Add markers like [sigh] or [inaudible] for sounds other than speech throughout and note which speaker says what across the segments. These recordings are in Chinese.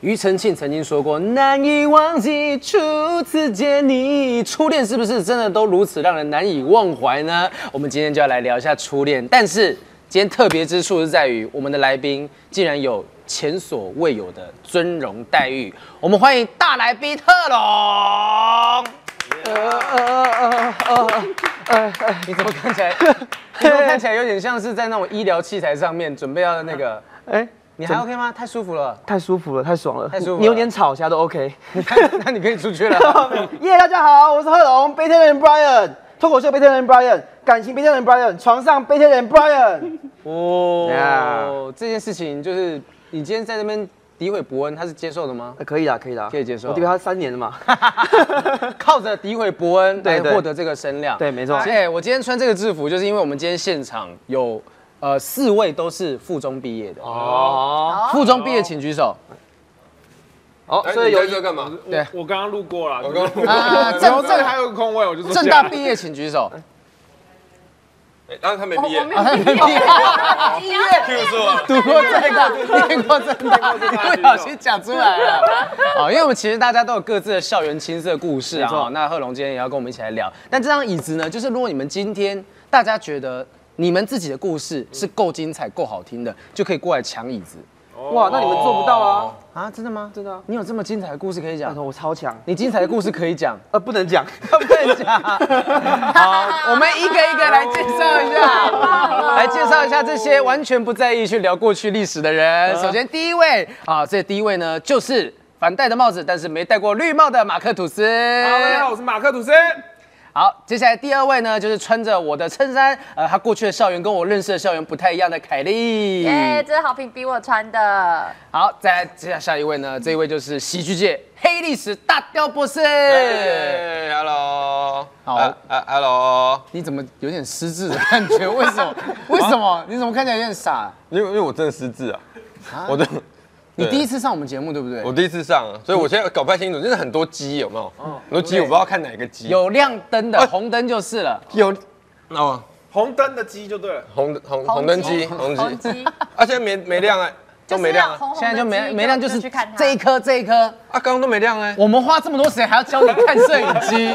Speaker 1: 庾澄庆曾经说过：“难以忘记初次见你。”初恋是不是真的都如此让人难以忘怀呢？我们今天就要来聊一下初恋，但是今天特别之处是在于我们的来宾竟然有前所未有的尊荣待遇。我们欢迎大来宾特龙。
Speaker 2: 呃
Speaker 1: 你怎么看起来？你怎么看起来有点像是在那种医疗器材上面准备要那个？
Speaker 2: 哎，
Speaker 1: 你还 OK 吗？太舒服了。
Speaker 2: 太舒服了，太爽了，
Speaker 1: 太舒服了
Speaker 2: 你有点吵，其他都 OK。 [laughs]
Speaker 1: 那你可以出去
Speaker 3: [laughs]
Speaker 1: 了。 [laughs]
Speaker 2: 耶大家好，我是贺龙，悲天人 Brian，脱口秀悲天人 Brian，感情悲天人 Brian，床上悲天人 Brian。
Speaker 1: 哦
Speaker 2: Yeah，
Speaker 1: 这件事情就是你今天在那边诋毁伯恩，他是接受的
Speaker 4: [laughs]
Speaker 1: 吗？
Speaker 2: 呃可以啦，可以啦，
Speaker 1: 可以接受
Speaker 2: 我对他三年了嘛，
Speaker 1: [laughs] 靠着诋毁伯恩来
Speaker 2: 对对
Speaker 1: 获得这个声量。
Speaker 2: 对没错
Speaker 1: 哎，我今天穿这个制服，就是因为我们今天现场有呃四位都是附中毕业的。
Speaker 2: 哦，
Speaker 1: 附中毕业请举手。
Speaker 2: 哦，
Speaker 5: 哎
Speaker 2: 所以
Speaker 5: 你
Speaker 2: 有
Speaker 5: 在这干嘛？
Speaker 1: 对
Speaker 4: 我刚刚路过了，
Speaker 5: 我刚刚
Speaker 1: 啊
Speaker 4: 然后
Speaker 1: 正
Speaker 4: 哎这里还有个空位，我就坐
Speaker 1: 正
Speaker 4: 下
Speaker 1: 大
Speaker 4: 来
Speaker 1: 毕业请举
Speaker 4: [laughs]
Speaker 1: 手。
Speaker 5: 哎啊，他没毕业，
Speaker 6: [laughs] 你哎
Speaker 5: 就是我。
Speaker 1: 读过正 [laughs] 大，念过正大，不小心讲出来了。好，因为我们其实大家都有各自的校园青涩故事啊。好那贺龙今天也要跟我们一起来聊。但这张椅子呢，就是如果你们今天大家觉得你们自己的故事是够精彩、够好听的，就可以过来抢椅子
Speaker 2: 哇，那你们
Speaker 1: 哦
Speaker 2: 做不到啊？
Speaker 1: 啊！真的吗？
Speaker 2: 真的啊
Speaker 1: 你有这么精彩的故事可以
Speaker 2: 拜
Speaker 1: 讲？
Speaker 2: 托，我超强，
Speaker 1: 你精彩的故事可以讲，
Speaker 2: 呃，不能讲，
Speaker 1: 不能讲。 [laughs] 好，我们一个一个来介绍一下，来介绍一下这些完全不在意去聊过去历史的人。
Speaker 4: 嗯
Speaker 1: 首先第一位啊，这第一位呢就是反戴的帽子，但是没戴过绿帽的马克吐斯。
Speaker 4: 好，大家好，我是马克吐斯。
Speaker 1: 好，接下来第二位呢就是穿着我的衬衫，呃，他过去的校园跟我认识的校园不太一样的凯莉。
Speaker 5: 嗯
Speaker 6: 耶，这是好评比我穿的，
Speaker 1: 好，再来接下下一位呢，这一位就是喜剧界黑历史大雕博士。
Speaker 5: 哎，hello，
Speaker 1: 好
Speaker 5: 啊啊，hello，
Speaker 1: 你怎么有点失智的感觉？为什么？为什么？你怎么看起来有点傻？
Speaker 5: 因为因为我真的失智啊，我的
Speaker 1: 你
Speaker 5: 对
Speaker 1: 第一次上我们节目对不对
Speaker 5: 我？第一次上，啊所以我现在搞不太清楚，就是很多鸡有没有？很多鸡我不知道看哪个鸡。
Speaker 1: 有亮灯的红灯就是了。
Speaker 5: 有哦，
Speaker 4: 红灯的鸡就对了，
Speaker 5: 红红红灯鸡，红
Speaker 6: 红
Speaker 5: 鸡，
Speaker 6: 鸡，
Speaker 5: [laughs] 啊，现在没没亮哎，都没亮啊
Speaker 6: 就是要，红红的
Speaker 1: 现在就没
Speaker 6: 鸡
Speaker 1: 没亮，就是
Speaker 6: 去看它
Speaker 1: 这一颗这一颗。
Speaker 5: 啊，刚刚都没亮哎。
Speaker 1: 我们花这么多时间还要教你看摄影机。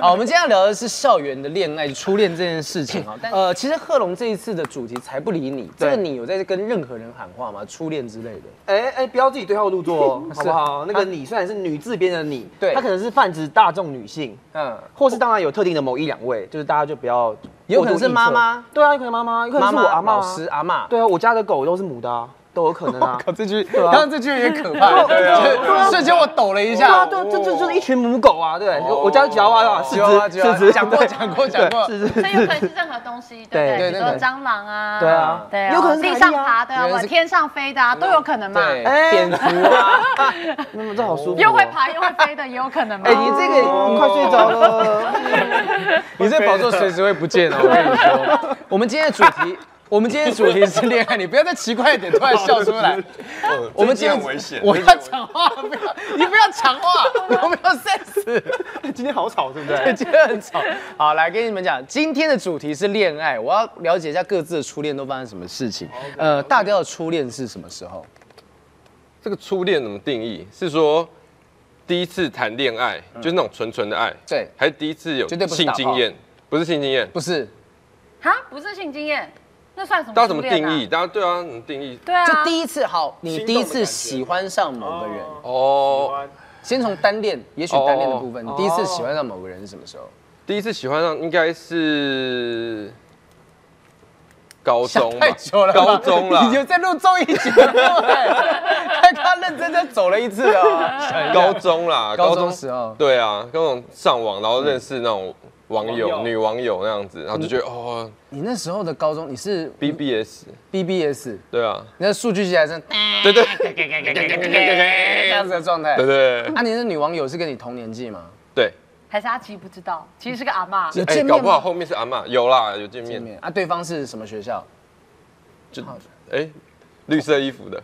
Speaker 1: 好，我们今天要聊的是校园的恋爱、初恋这件事情啊。但呃，其实贺龙这一次的主题才不理你，这个你有在跟任何人喊话吗？初恋之类的？
Speaker 2: [laughs] 哎哎，不要自己对号入座
Speaker 1: [laughs]
Speaker 2: 哦，好不好？那个你虽然是女字边的你，
Speaker 1: 对
Speaker 2: 她可能是泛指大众女性，
Speaker 1: 嗯，
Speaker 2: 或是当然有特定的某一两位，就是大家就不要过度
Speaker 1: 也有可能是妈妈
Speaker 2: 臆测，对啊，有可能妈妈，有可能
Speaker 1: 妈
Speaker 2: 是我阿
Speaker 1: 妈、
Speaker 2: 妈、
Speaker 1: 老师、阿妈。
Speaker 2: 对啊，我家的狗都是母的、啊，都有可能
Speaker 1: [laughs]
Speaker 2: 啊。
Speaker 1: 靠，这句
Speaker 2: 啊
Speaker 1: 刚刚这句有点可怕，
Speaker 2: 对啊对啊
Speaker 1: [laughs] 就瞬间我抖了一
Speaker 2: 对啊，
Speaker 1: 下。
Speaker 2: 对啊，这这就是一群母狗啊，对，我家的吉娃娃啊，四
Speaker 1: 哦吉娃娃
Speaker 2: 只，
Speaker 1: 吉娃娃
Speaker 2: 四只，
Speaker 1: 讲过
Speaker 2: 对
Speaker 1: 讲过讲过
Speaker 2: 对四
Speaker 6: 所
Speaker 2: 只，
Speaker 6: 以有可能是任何东西，对不
Speaker 2: 对
Speaker 6: 对？比如
Speaker 1: 对
Speaker 6: 说
Speaker 1: 对对
Speaker 6: 蟑螂啊，
Speaker 2: 对啊
Speaker 6: 对啊，
Speaker 2: 有可能是
Speaker 6: 地
Speaker 2: 海
Speaker 6: 上
Speaker 2: 蛎啊
Speaker 6: 爬的啊，
Speaker 1: 有人
Speaker 6: 或
Speaker 1: 是
Speaker 6: 者天上飞的啊，
Speaker 5: 嗯
Speaker 6: 都有可能嘛。
Speaker 1: 对，
Speaker 2: 哎
Speaker 1: 蝙蝠啊，
Speaker 2: 那么这好
Speaker 5: 啊
Speaker 2: 舒服哦。
Speaker 6: 又会爬又会飞的也有可能嘛
Speaker 5: [laughs]
Speaker 2: 哎，。你这个你快睡着了，
Speaker 1: [laughs] 你这宝座随时会不见哦。我跟你说， [laughs] 我们今天的主题，我们今天的主题是恋爱， [laughs] 你不要再奇怪一点突然笑出来。
Speaker 5: 哦
Speaker 1: 我们今
Speaker 5: 这鸡
Speaker 1: 天
Speaker 5: 很危险，
Speaker 1: 我要讲话，不要你不要讲话，我没有 sense。
Speaker 2: 今天好吵，对不对？
Speaker 1: 今天很吵。好，来跟你们讲，今天的主题是恋爱，我要了解一下各自的初恋都发生什么事情。呃，大雕的初恋是什么时候？
Speaker 5: 这个初恋怎么定义？是说第一次谈恋爱，就是那种纯纯的爱，
Speaker 1: 对
Speaker 5: 还是第一次有
Speaker 1: 绝对不是
Speaker 5: 性
Speaker 1: 打炮
Speaker 5: 经验？不是性经验，
Speaker 1: 不是，
Speaker 6: 哈，不是性经验，那算什么？
Speaker 5: 大家怎么定义？？大家对啊，怎么定义？
Speaker 6: 对啊，
Speaker 1: 就第一次好，你
Speaker 4: 心动的
Speaker 1: 第一次喜欢上某个人，
Speaker 5: 哦，
Speaker 1: 先从单恋，也许单恋的部分，
Speaker 2: 哦
Speaker 1: 你第一次喜欢上某个人是什么时候？
Speaker 5: 第一次喜欢上应该是高
Speaker 1: 想
Speaker 5: 中吧
Speaker 1: 太久了吧，
Speaker 5: 高中
Speaker 1: [laughs] 你就
Speaker 5: 啦，
Speaker 1: 在录综艺节目，哎他刚认真的走了一次
Speaker 5: [laughs]
Speaker 1: 哦。
Speaker 5: 高中啦，
Speaker 1: 高中时候
Speaker 5: 对啊，高中上网，然后认识那种网友、
Speaker 4: 网友
Speaker 5: 女网友那样子，然后就觉得、哦
Speaker 1: 你那时候的高中，你是
Speaker 5: ，BBS，
Speaker 1: BBS，
Speaker 5: 对啊，
Speaker 1: 你的数据系还是 [laughs]
Speaker 5: 对对
Speaker 1: 这样子的状态
Speaker 5: 对。对
Speaker 1: 啊，你的女网友是跟你同年纪吗？
Speaker 5: 对，
Speaker 6: 还是阿奇不知道，其实是个阿嬷。
Speaker 1: 有
Speaker 5: 哎、
Speaker 1: 见
Speaker 5: 搞
Speaker 1: 面
Speaker 5: 不好
Speaker 1: 吗？
Speaker 5: 后面是阿嬷，有啦，有见
Speaker 1: 见
Speaker 5: 面，
Speaker 1: 面啊，对方是什么学校？
Speaker 5: 就哎、绿色衣服的，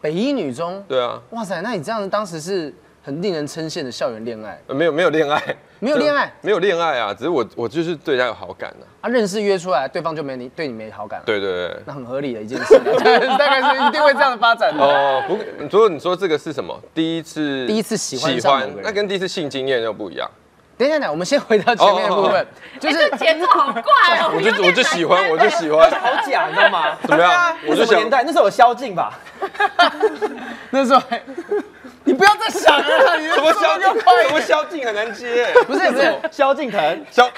Speaker 1: 北一女中。
Speaker 5: 对啊，
Speaker 1: 哇塞，那你这样子当时是很令人称羡的校园恋爱。
Speaker 5: 呃没有没有恋爱，
Speaker 1: 没有恋爱
Speaker 5: 没有恋爱啊，只是我我就是对他有好感啊。
Speaker 1: 啊，认识约出来，对方就没你对你没好感了，
Speaker 5: 对对对。
Speaker 1: 那很合理的一件事， [laughs] 大概是一定会这样发展的。
Speaker 5: 哦，不，你说你说这个是什么？第一次
Speaker 1: 第一次喜欢上某个人
Speaker 5: 那跟第一次性经验又不一样。
Speaker 1: 等一下，等一下我们先回到前面的部分
Speaker 5: 哦，
Speaker 1: 就是
Speaker 6: 哎这节奏好怪哦，
Speaker 5: [laughs] 我就
Speaker 6: 有点
Speaker 5: 我就喜欢，
Speaker 6: 难
Speaker 5: 我就喜
Speaker 2: [laughs]
Speaker 5: 欢。
Speaker 2: 好假，你知道吗？
Speaker 5: 怎么样？我就
Speaker 2: 什么
Speaker 5: 想
Speaker 2: 年代？那时候有萧敬吧？
Speaker 1: 那时候还，你不要再想了，你
Speaker 5: 什么萧敬？什么萧敬很难接，
Speaker 1: 不是不是，
Speaker 2: 萧敬腾
Speaker 5: 萧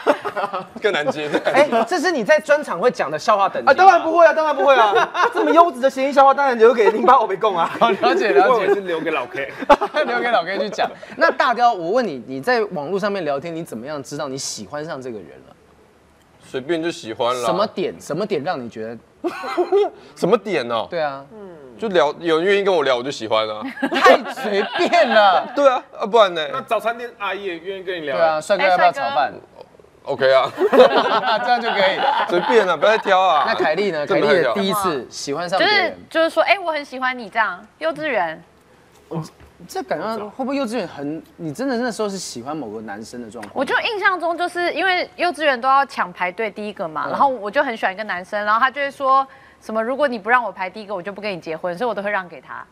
Speaker 5: 更难接。
Speaker 1: 哎，这是你在专场会讲的笑话等级
Speaker 2: 啊，当然不会啊，当然不会
Speaker 1: [laughs]
Speaker 2: 啊，这么优质的谐音笑话，当然留给零八欧北贡啊。
Speaker 1: 好了解
Speaker 4: 我
Speaker 1: 了 [laughs]
Speaker 4: 以为
Speaker 1: 解，
Speaker 4: 是留给老 K，
Speaker 1: 留给老哥去讲。那大雕，我问你，你在网络上面聊天，你怎么样知道你喜欢上这个人了？
Speaker 5: [laughs] 随便就喜欢了。
Speaker 1: 什么点？什么点让你觉得？
Speaker 5: 什么点哦？
Speaker 1: 对啊，
Speaker 5: 就聊，有人愿意跟我聊，我就喜欢啊。
Speaker 1: 太随便 [laughs] 了。
Speaker 5: 对啊，啊不然
Speaker 4: 那
Speaker 5: 呢
Speaker 4: 早餐店阿姨也愿意跟你聊。欸
Speaker 1: 对啊，，帅哥要不要炒饭？
Speaker 5: ？OK 啊，
Speaker 1: [laughs] 这样就可以。
Speaker 5: 随便啊，不要再挑啊。
Speaker 1: 那凯莉呢？凯莉
Speaker 5: 真的很
Speaker 1: 的
Speaker 5: 挑
Speaker 1: 第一次喜欢上
Speaker 6: 就
Speaker 1: 别
Speaker 6: 是
Speaker 1: 人，
Speaker 6: 就是说，哎，我很喜欢你这样，幼稚园
Speaker 1: 这感觉会不会幼稚园很？你真的那时候是喜欢某个男生的状况？
Speaker 6: 我就印象中，就是因为幼稚园都要抢排队第一个嘛，然后我就很喜欢一个男生，然后他就会说什么如果你不让我排第一个，我就不跟你结婚，所以我都会让给他。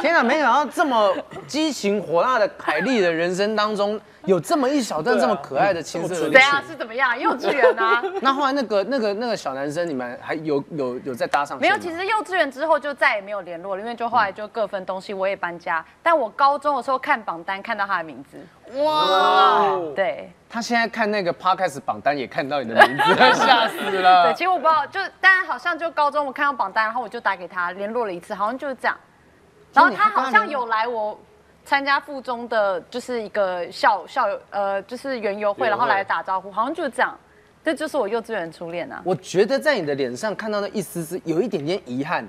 Speaker 1: 天哪，没想到这么激情火辣的凯莉的人生当中，有这么一小段啊这么可爱的青涩的历
Speaker 6: 怎
Speaker 1: 史。
Speaker 6: 啊样是怎么样？幼稚园啊？
Speaker 1: 那后来那个那个那个小男生，你们还有有有再搭上
Speaker 6: 没
Speaker 1: 线吗？
Speaker 6: 有，其实幼稚园之后就再也没有联络了，因为就后来就各分东西，我也搬家。但我高中的时候看榜单，看到他的名字，哇，对
Speaker 1: 他现在看那个 podcast 榜单也看到你的名
Speaker 6: [laughs]
Speaker 1: 字，吓死了
Speaker 6: 对，。其实我不知道，就但好像就高中我看到榜单，然后我就打给他联络了一次，好像就是这样。然后他好像有来我参加附中的就是一个校校友呃就是园游会，
Speaker 5: 园游会
Speaker 6: 然后来打招呼，好像就是这样。这就是我幼稚园初恋啊。
Speaker 1: 我觉得在你的脸上看到那一丝丝，有一点点遗憾，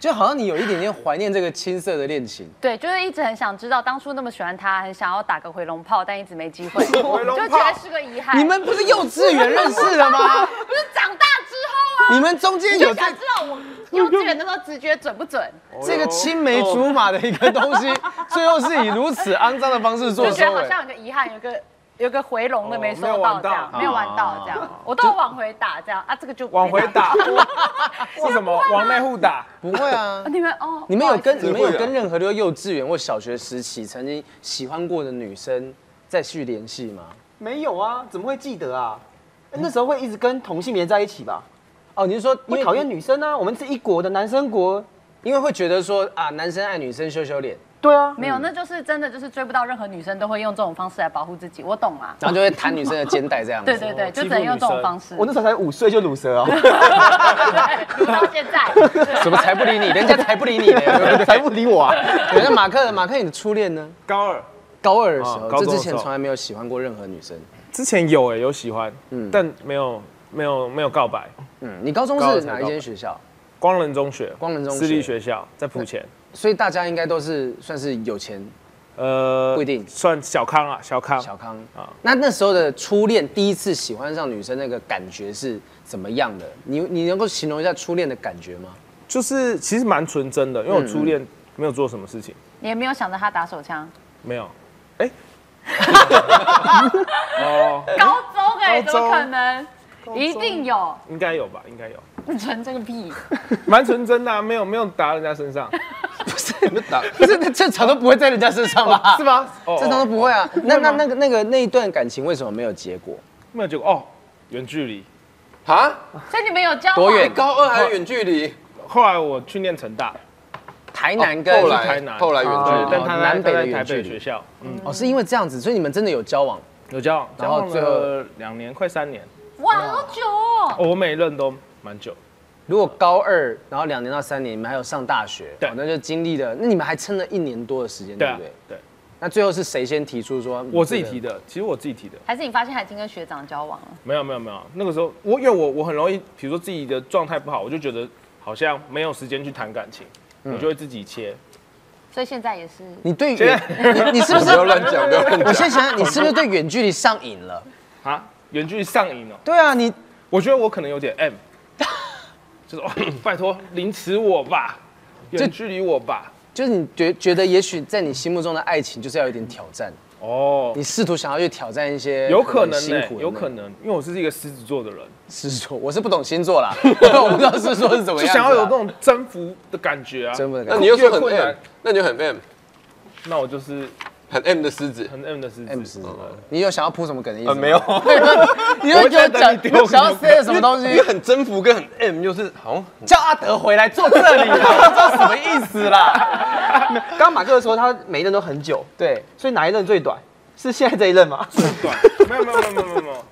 Speaker 1: 就好像你有一点点怀念这个青涩的恋情。
Speaker 6: 对，就是一直很想知道当初那么喜欢他，很想要打个回笼炮，但一直没机会，
Speaker 4: 回笼炮
Speaker 6: 就觉得是个遗憾。
Speaker 1: 你们不是幼稚园认识的吗？
Speaker 6: 不是长大之后啊，
Speaker 1: 你们中间
Speaker 6: 你
Speaker 1: 有
Speaker 6: 就
Speaker 1: 在
Speaker 6: 想知道我幼稚园的时候直觉准不准，
Speaker 1: [laughs] 这个青梅竹马的一个东西， [laughs] 最后是以如此肮脏的方式做
Speaker 6: 就觉
Speaker 1: 收
Speaker 6: 得好
Speaker 1: 尾。
Speaker 6: 像有个遗憾，有个有个回笼的
Speaker 4: 哦
Speaker 6: 没
Speaker 4: 没有
Speaker 6: 收
Speaker 4: 玩
Speaker 6: 到
Speaker 4: 到哦
Speaker 6: 这样，没有玩到这样，我都有往回打这样啊，这个就没
Speaker 4: 往回打，是什么？往内户打。
Speaker 1: [laughs] 不会啊
Speaker 6: 啊，你们哦，
Speaker 1: 你们
Speaker 6: 不好
Speaker 1: 有
Speaker 6: 意思
Speaker 1: 跟你们有
Speaker 5: 只会
Speaker 1: 跟
Speaker 5: 啊
Speaker 1: 任何的幼稚园或小学时期曾经喜欢过的女生再去联系吗？
Speaker 2: 没有啊，怎么会记得啊？那时候会一直跟同性连在一起吧？
Speaker 1: 哦，你是说因
Speaker 2: 会
Speaker 1: 为
Speaker 2: 讨厌女生啊，我们是一国的男生国。
Speaker 1: 因为会觉得说啊，男生爱女生羞羞脸，
Speaker 2: 对啊，
Speaker 6: 没有，
Speaker 4: 嗯
Speaker 6: 那就是真的就是追不到任何女生都会用这种方式来保护自己，我懂啦。
Speaker 1: 然后就会弹女生的肩带这样 [laughs] 子。
Speaker 6: 对对对，就
Speaker 4: 哦欺
Speaker 6: 只
Speaker 4: 负
Speaker 6: 能用这
Speaker 4: 女
Speaker 6: 种
Speaker 4: 生
Speaker 6: 方式。
Speaker 2: 我那时候才五岁就乳蛇哦，
Speaker 3: 啊
Speaker 6: 对，到现在，
Speaker 4: [laughs]
Speaker 6: 对
Speaker 1: 怎么才不理你？人家才不理你
Speaker 2: [laughs]
Speaker 1: 呢。
Speaker 2: 才不理我啊。
Speaker 1: 对那马克，马克，你的初恋呢？
Speaker 4: 高二
Speaker 1: 高二的时
Speaker 4: 啊
Speaker 1: 候，
Speaker 4: 高中
Speaker 1: 这
Speaker 4: 的
Speaker 1: 之前
Speaker 4: 时候
Speaker 1: 从来没有喜欢过任何女生。
Speaker 4: 之前有哎、有喜欢，但没有没有没有告白。
Speaker 1: 嗯，你高中
Speaker 4: 高二
Speaker 1: 是
Speaker 4: 才
Speaker 1: 哪一
Speaker 4: 高
Speaker 1: 间
Speaker 4: 吧
Speaker 1: 学校？
Speaker 4: 光仁中学，
Speaker 1: 光仁中学
Speaker 4: 私立学校在莆田，
Speaker 1: 所以大家应该都是算是有钱
Speaker 4: 呃，
Speaker 1: 不一定
Speaker 4: 算小康啊，小康。
Speaker 1: 小康
Speaker 4: 啊
Speaker 1: 那那时候的初恋，第一次喜欢上女生那个感觉是怎么样的？你你能够形容一下初恋的感觉吗？ [laughs]
Speaker 4: 就是其实蛮纯真的，因为
Speaker 1: 嗯
Speaker 4: 我初恋没有做什么事情，
Speaker 6: 你也没有想着他打手枪，
Speaker 4: 没有，哎、哦，
Speaker 6: 高中哎，怎
Speaker 4: 高
Speaker 6: 么
Speaker 4: 中
Speaker 6: 可能？一定有，
Speaker 4: 应该有吧，应该有，
Speaker 6: 你存这个
Speaker 4: [laughs]
Speaker 6: 屁！
Speaker 4: 蛮纯真的、啊，没有没有打人家
Speaker 1: [laughs]
Speaker 4: 身上，
Speaker 5: 你们 [laughs] 打
Speaker 1: 不是，那正常都不会在人家身上吧？
Speaker 4: 是？吗？哦
Speaker 1: 正常都
Speaker 4: 哦
Speaker 1: 不会啊。那那那个那个那一段感情为什么没有结果？
Speaker 4: 没有结果哦，远距离。
Speaker 5: 啊？
Speaker 6: 所以你们有交往
Speaker 1: 多远
Speaker 4: 哦
Speaker 5: 高二还远距离，
Speaker 4: 后来我去念成大，
Speaker 1: 台南跟
Speaker 5: 后
Speaker 4: 去台
Speaker 5: 来
Speaker 4: 南
Speaker 5: 后来远距
Speaker 1: 哦
Speaker 4: 对，
Speaker 5: 离。
Speaker 4: 但他在
Speaker 1: 南北的
Speaker 4: 他在
Speaker 1: 远
Speaker 4: 台
Speaker 1: 距
Speaker 4: 哦北
Speaker 1: 离
Speaker 4: 学校，嗯，
Speaker 1: 哦，是因为这样子，所以你们真的有交往？
Speaker 4: 有交往，
Speaker 1: 然
Speaker 4: 然
Speaker 1: 后
Speaker 4: 后
Speaker 1: 最
Speaker 4: 最
Speaker 1: 后
Speaker 4: 后两年快三年，
Speaker 6: 哇，好久哦！
Speaker 4: 哦我每一任都蛮久，
Speaker 1: 如果高二，然后两年到三年，你们还有上大学，
Speaker 4: 对
Speaker 1: 哦那就经历了，那你们还撑了一年多的时间，
Speaker 4: 对
Speaker 1: 对
Speaker 4: 啊
Speaker 1: 不对？，
Speaker 4: 对，
Speaker 1: 那最后是谁先提出说？
Speaker 4: 我自己提的，其实我自己提的，
Speaker 6: 还是你发现他已经跟学长交往了？
Speaker 4: 没有没有没有，那个时候我因为我我很容易，比如说自己的状态不好，我就觉得好像没有时间去谈感情，我就会自己切。
Speaker 6: 所以现在也是，
Speaker 1: 你
Speaker 4: [laughs]
Speaker 1: 对远，你你是不
Speaker 5: 不
Speaker 1: 是？
Speaker 5: 要乱讲，不要乱
Speaker 1: 我先想
Speaker 5: 讲。
Speaker 1: 想，你是不是对远距离上瘾了？
Speaker 4: 啊，远距离上瘾哦、
Speaker 1: 对啊，你
Speaker 4: 我觉得我可能有点 [laughs] M，就是哦拜托凌迟我吧，远距离我吧，
Speaker 1: 就是你觉觉得也许在你心目中的爱情就是要有一点挑战，
Speaker 4: 哦，
Speaker 1: 你试图想要去挑战一些
Speaker 4: 有可能
Speaker 1: 辛
Speaker 4: 呢、
Speaker 1: 苦的
Speaker 4: 有
Speaker 1: 内
Speaker 4: 可
Speaker 1: 容
Speaker 4: 能，因为我是一个狮子座的人，
Speaker 1: 是说我是不懂星座啦， [laughs] 我不知道是说是怎么样
Speaker 4: 就
Speaker 1: 子啊，
Speaker 4: 想要有那种征服的感觉啊。
Speaker 1: 真的
Speaker 5: 那
Speaker 1: 感
Speaker 5: 你
Speaker 1: 觉。
Speaker 5: 又说很
Speaker 4: 越困
Speaker 5: M，
Speaker 4: 难
Speaker 5: 那你就很 M，
Speaker 4: 那我就是
Speaker 5: 很 M 的狮子。
Speaker 4: 很 M 的狮
Speaker 1: M
Speaker 4: 子嗯
Speaker 1: 是。你有想要铺什么梗的意思？
Speaker 7: 呃，
Speaker 4: [laughs]
Speaker 7: 没有，，
Speaker 1: [laughs] 你会给我
Speaker 4: 我在等你丢
Speaker 1: 讲想要 say 的什么东
Speaker 5: 因为
Speaker 1: 西？
Speaker 5: 很征服跟很 M 就是好像
Speaker 1: 叫阿德回来坐这里，我不知道什么意思啦。
Speaker 3: 刚刚马克说他每一任都很久，
Speaker 1: 对，
Speaker 3: 所以哪一任最短？是现在这一任吗？
Speaker 4: 最短没有没有没有没有没有没有，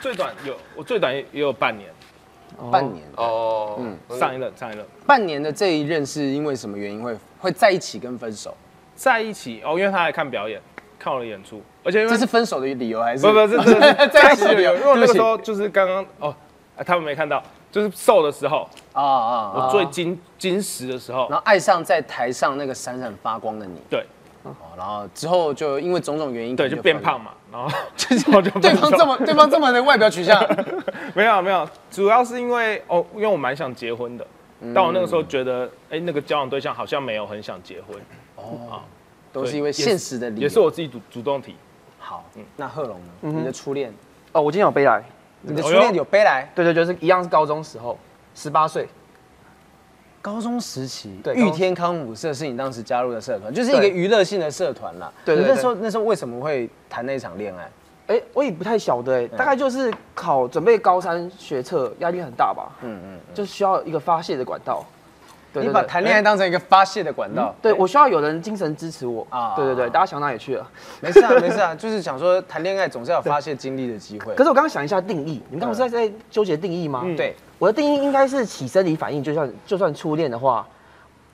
Speaker 4: 最短有我最短也也有半年，
Speaker 1: [laughs] 半年，
Speaker 5: 哦，嗯，
Speaker 4: 上一任上一任
Speaker 1: 半年的这一任是因为什么原因会会在一起跟分手？
Speaker 4: 在一起哦，因为他来看表演，看我的演出，而且因为
Speaker 1: 这是分手的理由还是？
Speaker 4: 不不
Speaker 1: [laughs]
Speaker 4: 是这是
Speaker 1: 在
Speaker 4: 在
Speaker 1: 一
Speaker 4: 一
Speaker 1: 起
Speaker 4: 起
Speaker 1: 的
Speaker 4: 的
Speaker 1: 理
Speaker 4: 理
Speaker 1: 由
Speaker 4: 由，因为我
Speaker 1: 对不
Speaker 4: 那个
Speaker 1: 起
Speaker 4: 时候就是刚刚哦、啊他们没看到，就是瘦的时候，
Speaker 1: 啊啊啊
Speaker 4: 我最矜矜持的时候，
Speaker 1: 然后爱上在台上那个闪闪发光的你，
Speaker 4: 对
Speaker 1: 哦然后之后就因为种种原因，
Speaker 4: 对
Speaker 1: 可能
Speaker 4: 就变
Speaker 1: 分了
Speaker 4: 胖。嘛，然后 [laughs]
Speaker 1: [laughs]
Speaker 4: 就是我就分手
Speaker 1: 对方这么对方这么的外表取向，
Speaker 4: [laughs] 没有没有，主要是因为哦，因为我蛮想结婚的，
Speaker 1: 嗯
Speaker 4: 但我那个时候觉得哎、那个交往对象好像没有很想结婚，
Speaker 1: 都是因为嗯
Speaker 4: 对也是
Speaker 1: 现实的理由。
Speaker 4: 也是我自己主主动提，
Speaker 1: 好，那贺龙呢？你的初恋，
Speaker 3: 哦，我今天有背来，
Speaker 1: 你的初恋有背来？
Speaker 3: 对对，就是一样是高中时候，十八岁，
Speaker 1: 高中时期，
Speaker 3: 对
Speaker 1: 御天康舞社是你当时加入的社团，就是一个
Speaker 3: 对
Speaker 1: 娱乐性的社团啦。
Speaker 3: 对对
Speaker 1: 你
Speaker 3: 对
Speaker 1: 那时候那时候为什么会谈那一场恋爱？
Speaker 3: 哎，我也不太晓得哎，大概就是考准备高三学测，压力很大吧，嗯嗯，就是需要一个发泄的管道。对
Speaker 1: 你
Speaker 3: 对
Speaker 1: 把
Speaker 3: 对
Speaker 1: 谈恋爱当成一个发泄的管道？哎
Speaker 3: 对我需要有人精神支持我
Speaker 1: 啊
Speaker 3: 啊！对对对，大家想哪里去了？
Speaker 1: 没事啊，没事啊，就是想说谈恋爱总是要有发泄精力的机会。
Speaker 3: 可是我刚刚想一下定义，你们刚刚不是在在纠结定义吗？
Speaker 1: 对，
Speaker 3: 我的定义应该是起生理反应，就算就算初恋的话，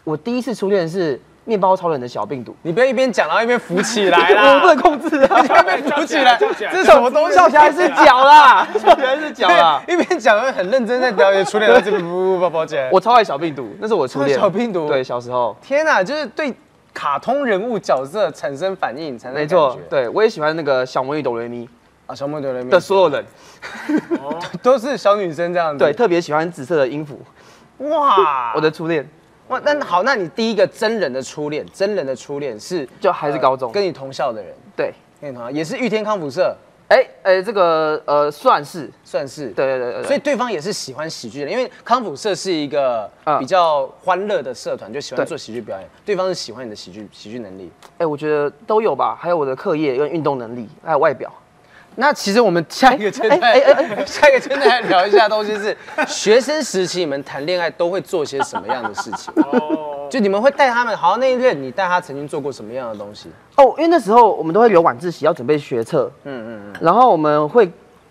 Speaker 3: 我第一次初恋是面包超人的小病毒，
Speaker 1: 你不要一边讲然后一边扶起来 [laughs] 啦，
Speaker 3: 我不能控制啊！
Speaker 1: 一边扶起来，
Speaker 4: 叫起来
Speaker 1: 这是什么东西？啊
Speaker 3: 笑起来是
Speaker 1: [laughs]
Speaker 3: 脚啦，笑起来是脚啦。
Speaker 1: 对，一边讲很认真在聊你的初恋，然后这边不不不抱歉。我
Speaker 3: 我超爱小病毒，那是我初恋。
Speaker 1: 超爱小病毒
Speaker 3: 对，小时候，
Speaker 1: 天哪，就是对卡通人物角色产生反应，产生
Speaker 3: 没错
Speaker 1: 感觉，
Speaker 3: 对我也喜欢那个小魔女哆瑞咪
Speaker 1: 啊，小魔女人
Speaker 3: 的所有人，
Speaker 1: 都是小女生这样子。
Speaker 3: 对，，特别喜欢紫色的音符。
Speaker 1: 啊哇，
Speaker 3: 我的初恋
Speaker 1: 哇，那好，那你第一个真人的初恋，真人的初恋是
Speaker 3: 就还是高中
Speaker 1: 呃跟你同校的人，
Speaker 3: 对，
Speaker 1: 跟你同校也是玉天康复社，
Speaker 3: 哎哎，这个呃算是，
Speaker 1: 算是
Speaker 3: 对对对对对，
Speaker 1: 所以对方也是喜欢喜剧的，因为康复社是一个
Speaker 3: 嗯
Speaker 1: 比较欢乐的社团，就喜欢
Speaker 3: 对
Speaker 1: 做喜剧表演。对方是喜欢你的喜剧喜剧能力。
Speaker 3: 哎，我觉得都有吧，还有我的课业跟运动能力，还有外表。
Speaker 1: 那其实我们
Speaker 4: 哎
Speaker 1: 下
Speaker 3: 哎
Speaker 1: 一个阶段，下一个阶段来聊一下东西
Speaker 4: [laughs]
Speaker 1: 是学生时期你们谈恋爱都会做些什么样的事情？
Speaker 4: 哦
Speaker 1: 就你们会带他们，好那一任你带他曾经做过什么样的东西？
Speaker 3: 哦，因为那时候我们都会留晚自习要准备学测，嗯嗯嗯，然后我们会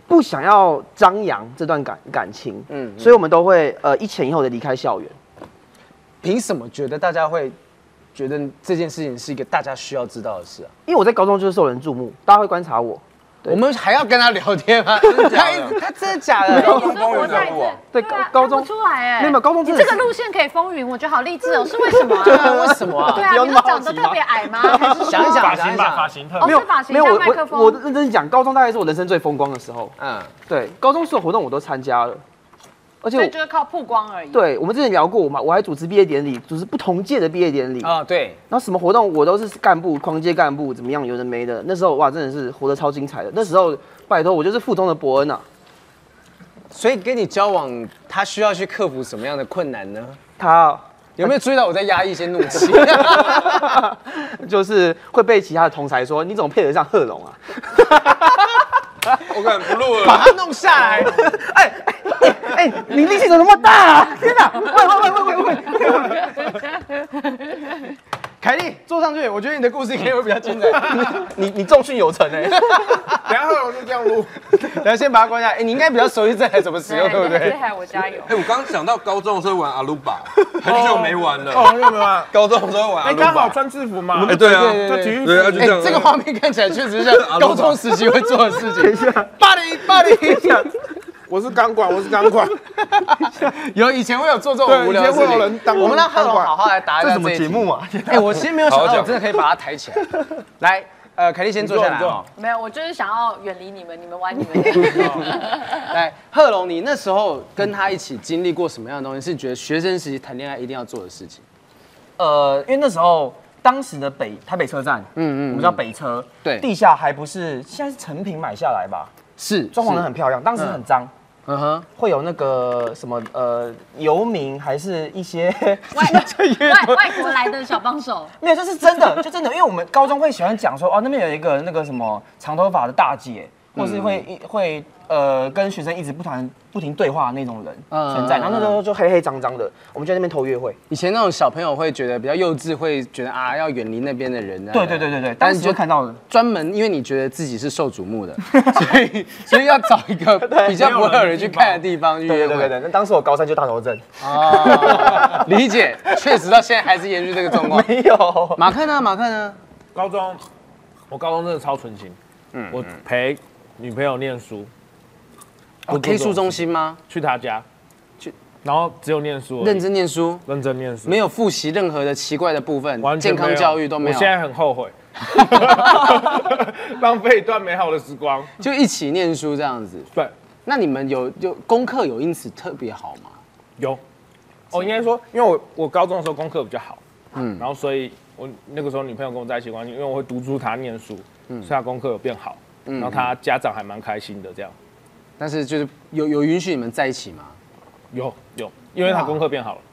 Speaker 3: 不想要张扬这段感感情，
Speaker 1: 嗯
Speaker 3: 嗯
Speaker 1: 嗯，
Speaker 3: 所以我们都会呃一前一后的离开校园。
Speaker 1: 凭什么觉得大家会觉得这件事情是一个大家需要知道的事啊？
Speaker 3: 因为我在高中就是受人注目，大家会观察我。
Speaker 1: 我们还要跟他聊天
Speaker 4: [laughs]
Speaker 1: 吗？他一直他真的假的？
Speaker 6: 你说活在这，
Speaker 3: 对
Speaker 6: 啊
Speaker 3: 高高
Speaker 6: 看不
Speaker 3: 中
Speaker 6: 出来哎，
Speaker 3: 没有没有高中
Speaker 6: 你
Speaker 3: 真
Speaker 6: 这
Speaker 3: 的
Speaker 6: 个
Speaker 3: 是
Speaker 6: 路线可以风云，我觉得好励志
Speaker 3: [laughs]
Speaker 6: 哦，是为什么啊？
Speaker 1: 为什么啊
Speaker 6: 对啊，
Speaker 3: 不要
Speaker 6: 你
Speaker 3: 那
Speaker 6: 是
Speaker 3: 么好
Speaker 6: 长得
Speaker 3: 奇
Speaker 6: 特
Speaker 3: 嘛
Speaker 6: 别矮
Speaker 3: [laughs]
Speaker 6: 吗？还是说
Speaker 1: 想一想
Speaker 4: 发型
Speaker 1: 想一想
Speaker 4: 吧，发型特
Speaker 6: 哦，
Speaker 4: 别
Speaker 6: 是发型
Speaker 3: 没有
Speaker 6: 像
Speaker 3: 我
Speaker 6: 麦克
Speaker 3: 我我
Speaker 6: 风，
Speaker 3: 认真讲，高中大概是我人生最风光的时候。
Speaker 1: 嗯，
Speaker 3: 对，高中所有活动我都参加了，而且
Speaker 6: 所以
Speaker 3: 我
Speaker 6: 就是靠曝光而已。
Speaker 3: 对我们之前聊过嘛，我还主持毕业典礼，主持不同届的毕业典礼，
Speaker 1: 啊、对，
Speaker 3: 然后什么活动我都是干部，狂接干部，怎么样，有的没的。那时候哇，真的是活得超精彩的。那时候拜托，我就是附中的伯恩啊，
Speaker 1: 所以跟你交往，他需要去克服什么样的困难呢？
Speaker 3: 他 [laughs]
Speaker 1: 有没有注意到我在压抑一些怒气？
Speaker 3: 就是会被其他的同才说你怎么配得上贺龙啊？
Speaker 5: 我可能不 [laughs] 录
Speaker 1: [laughs] 把
Speaker 5: 了。
Speaker 1: 它弄下来。
Speaker 3: [laughs] 哎哎哎哎，你力气怎么那么大啊？天哪！喂喂喂喂喂喂！
Speaker 1: [laughs] 凯莉，坐上去，我觉得你的故事应该会比较精彩。
Speaker 3: [laughs] 你你重训有成哎、
Speaker 4: 然后我就这样 [laughs] 撸，
Speaker 1: 然后先把它 [laughs] 关下来。哎、你应该比较熟悉这台怎么使用，对不
Speaker 6: 这
Speaker 1: 对？
Speaker 6: 还我
Speaker 3: [laughs]
Speaker 6: 加油。
Speaker 5: 哎，我刚刚想到高中的时候玩阿鲁巴，很久没玩了。
Speaker 4: 哦，有没有啊？
Speaker 5: 高中的时候玩阿
Speaker 4: 哎，
Speaker 5: 鲁
Speaker 4: 刚好
Speaker 5: 巴，
Speaker 4: 穿制服嘛，
Speaker 5: 哎，对啊，
Speaker 4: 就体育
Speaker 5: 对啊，
Speaker 4: 服
Speaker 5: 就
Speaker 1: 哎、
Speaker 5: 这
Speaker 1: [laughs]
Speaker 5: 样。
Speaker 1: 这个画面看起来确实像
Speaker 4: 啊
Speaker 1: 高中时期会做的事情。等一下，巴黎，巴黎，
Speaker 4: 我是钢管，我是钢管，
Speaker 3: [laughs]
Speaker 1: 有以前会有做这 [laughs] 种无聊的事情。
Speaker 4: 对以前会有人
Speaker 1: [laughs]
Speaker 4: 当
Speaker 1: 我们让贺龙好好来答一下这一题
Speaker 3: 啊？
Speaker 1: 哎、我其实没有想
Speaker 5: 好
Speaker 1: 到，我
Speaker 5: 好讲
Speaker 1: 真的可以把它抬起来。来，呃，凯莉先坐下来
Speaker 4: 你坐
Speaker 1: 啊、
Speaker 6: 没有，我就是想要远离你们，你们玩你们的。
Speaker 3: [laughs]
Speaker 1: 来，贺龙，你那时候跟他一起经历过什么样的东西？是觉得学生时期谈恋爱一定要做的事情？
Speaker 3: 呃，因为那时候当时的北台北车站，
Speaker 1: 嗯嗯
Speaker 3: 嗯嗯，我们叫北车，
Speaker 1: 对
Speaker 3: 地下还不是现在是成品买下来吧，
Speaker 1: 是
Speaker 3: 装潢的
Speaker 1: 是
Speaker 3: 很漂亮，当时很脏。
Speaker 1: 嗯哼，
Speaker 3: 会有那个什么呃游民，还是一些 [laughs]
Speaker 6: 外外国来的小帮手，
Speaker 3: 没有，这是真的， [laughs] 就真的，因为我们高中会喜欢讲说，哦，那边有一个那个什么长头发的大姐，或是会、一会呃跟学生一直不谈不停对话的那种人
Speaker 1: 嗯
Speaker 3: 存在。
Speaker 1: 嗯
Speaker 3: 然
Speaker 2: 然后
Speaker 3: 后那
Speaker 2: 那
Speaker 3: 时
Speaker 2: 时
Speaker 3: 候
Speaker 2: 候就黑黑脏脏的，我们就在那边偷约会。
Speaker 1: 以前那种小朋友会觉得比较幼稚，会觉得啊要远离那边的人啊。
Speaker 3: 对对对对对，
Speaker 1: 但
Speaker 3: 当
Speaker 1: 是
Speaker 3: 时
Speaker 1: 你
Speaker 3: 就看到了，
Speaker 1: 专门因为你觉得自己是受瞩
Speaker 3: [laughs]
Speaker 1: 目的，所以 [laughs] 所以要找一个比较不会有人去看的地方去
Speaker 3: 对
Speaker 1: 约
Speaker 3: 对对对
Speaker 1: 会。
Speaker 3: 对，那当时我高三就大头症，
Speaker 1: 哦，理解，确实到现在还是延续这个状况。
Speaker 3: 没有，
Speaker 1: 马克呢？马克呢？
Speaker 4: 高中，我高中真的超纯情，我陪女朋友念书，
Speaker 1: 我
Speaker 4: 哦做这种
Speaker 1: 哦 K 书中心吗？
Speaker 4: 去她家，去，然后只有念书而已，
Speaker 1: 认真念书，
Speaker 4: 认真念书，
Speaker 1: 没有复习任何的奇怪的部分，
Speaker 4: 完全
Speaker 1: 健
Speaker 4: 没
Speaker 1: 康
Speaker 4: 有
Speaker 1: 教育都没有
Speaker 4: 我现，在很后
Speaker 1: [laughs]
Speaker 4: 悔，浪费一段美好的时光。
Speaker 1: 就一起念书这样子。
Speaker 4: 对，
Speaker 1: 那你们有有功课有因此特别好吗？
Speaker 4: 有，哦，应该说，因为我我高中的时候功课比较好，嗯，然后所以我那个时候女朋友跟我在一起关系，因为我会督促她念书，
Speaker 1: 嗯
Speaker 4: 所以她功课有变好，然后她家长还蛮开心的这样，
Speaker 1: 但是就是有有允许你们在一起吗？
Speaker 4: 有有，因为她功课变好了，
Speaker 1: 哦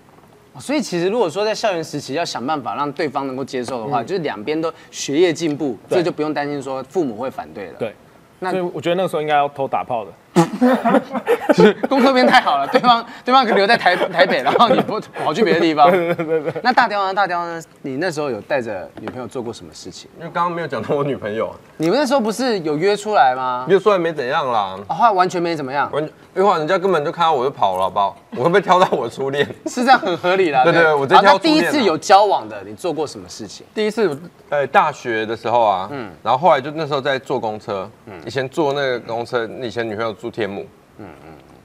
Speaker 1: 所以其实如果说在校园时期要想办法让对方能够接受的话，就是两边都学业进步，
Speaker 4: 嗯对
Speaker 1: 这就不用担心说父母会反对了。
Speaker 4: 对，
Speaker 1: 那
Speaker 4: 所以我觉得那个时候应该要偷打炮的，
Speaker 1: 功课变太好了，对方对方可能留在台台北，然后你不跑去别的地
Speaker 4: [laughs]
Speaker 1: 方。对对对那大雕呢？大雕呢？你那时候有带着女朋友做过什么事情？
Speaker 5: 因为刚刚没有讲到我女朋友， [laughs]
Speaker 1: 你们那时候不是有约出来吗？
Speaker 5: 约出来没怎样啦，
Speaker 1: 啊，后来完全没怎么 [laughs] 样，
Speaker 5: 完，一会儿人家根本就看到我就跑了，好不好？我会不会挑到我初恋？
Speaker 1: 是这样很合理啦。
Speaker 5: 对对对我直接
Speaker 1: 好那
Speaker 5: 挑初
Speaker 1: 第一
Speaker 5: 恋啊
Speaker 1: 次有交往的，你做过什么事情？
Speaker 5: 第一次，呃，大学的时候啊，嗯，然后后来就那时候在坐公车，以前坐那个公车，以前女朋友住天母，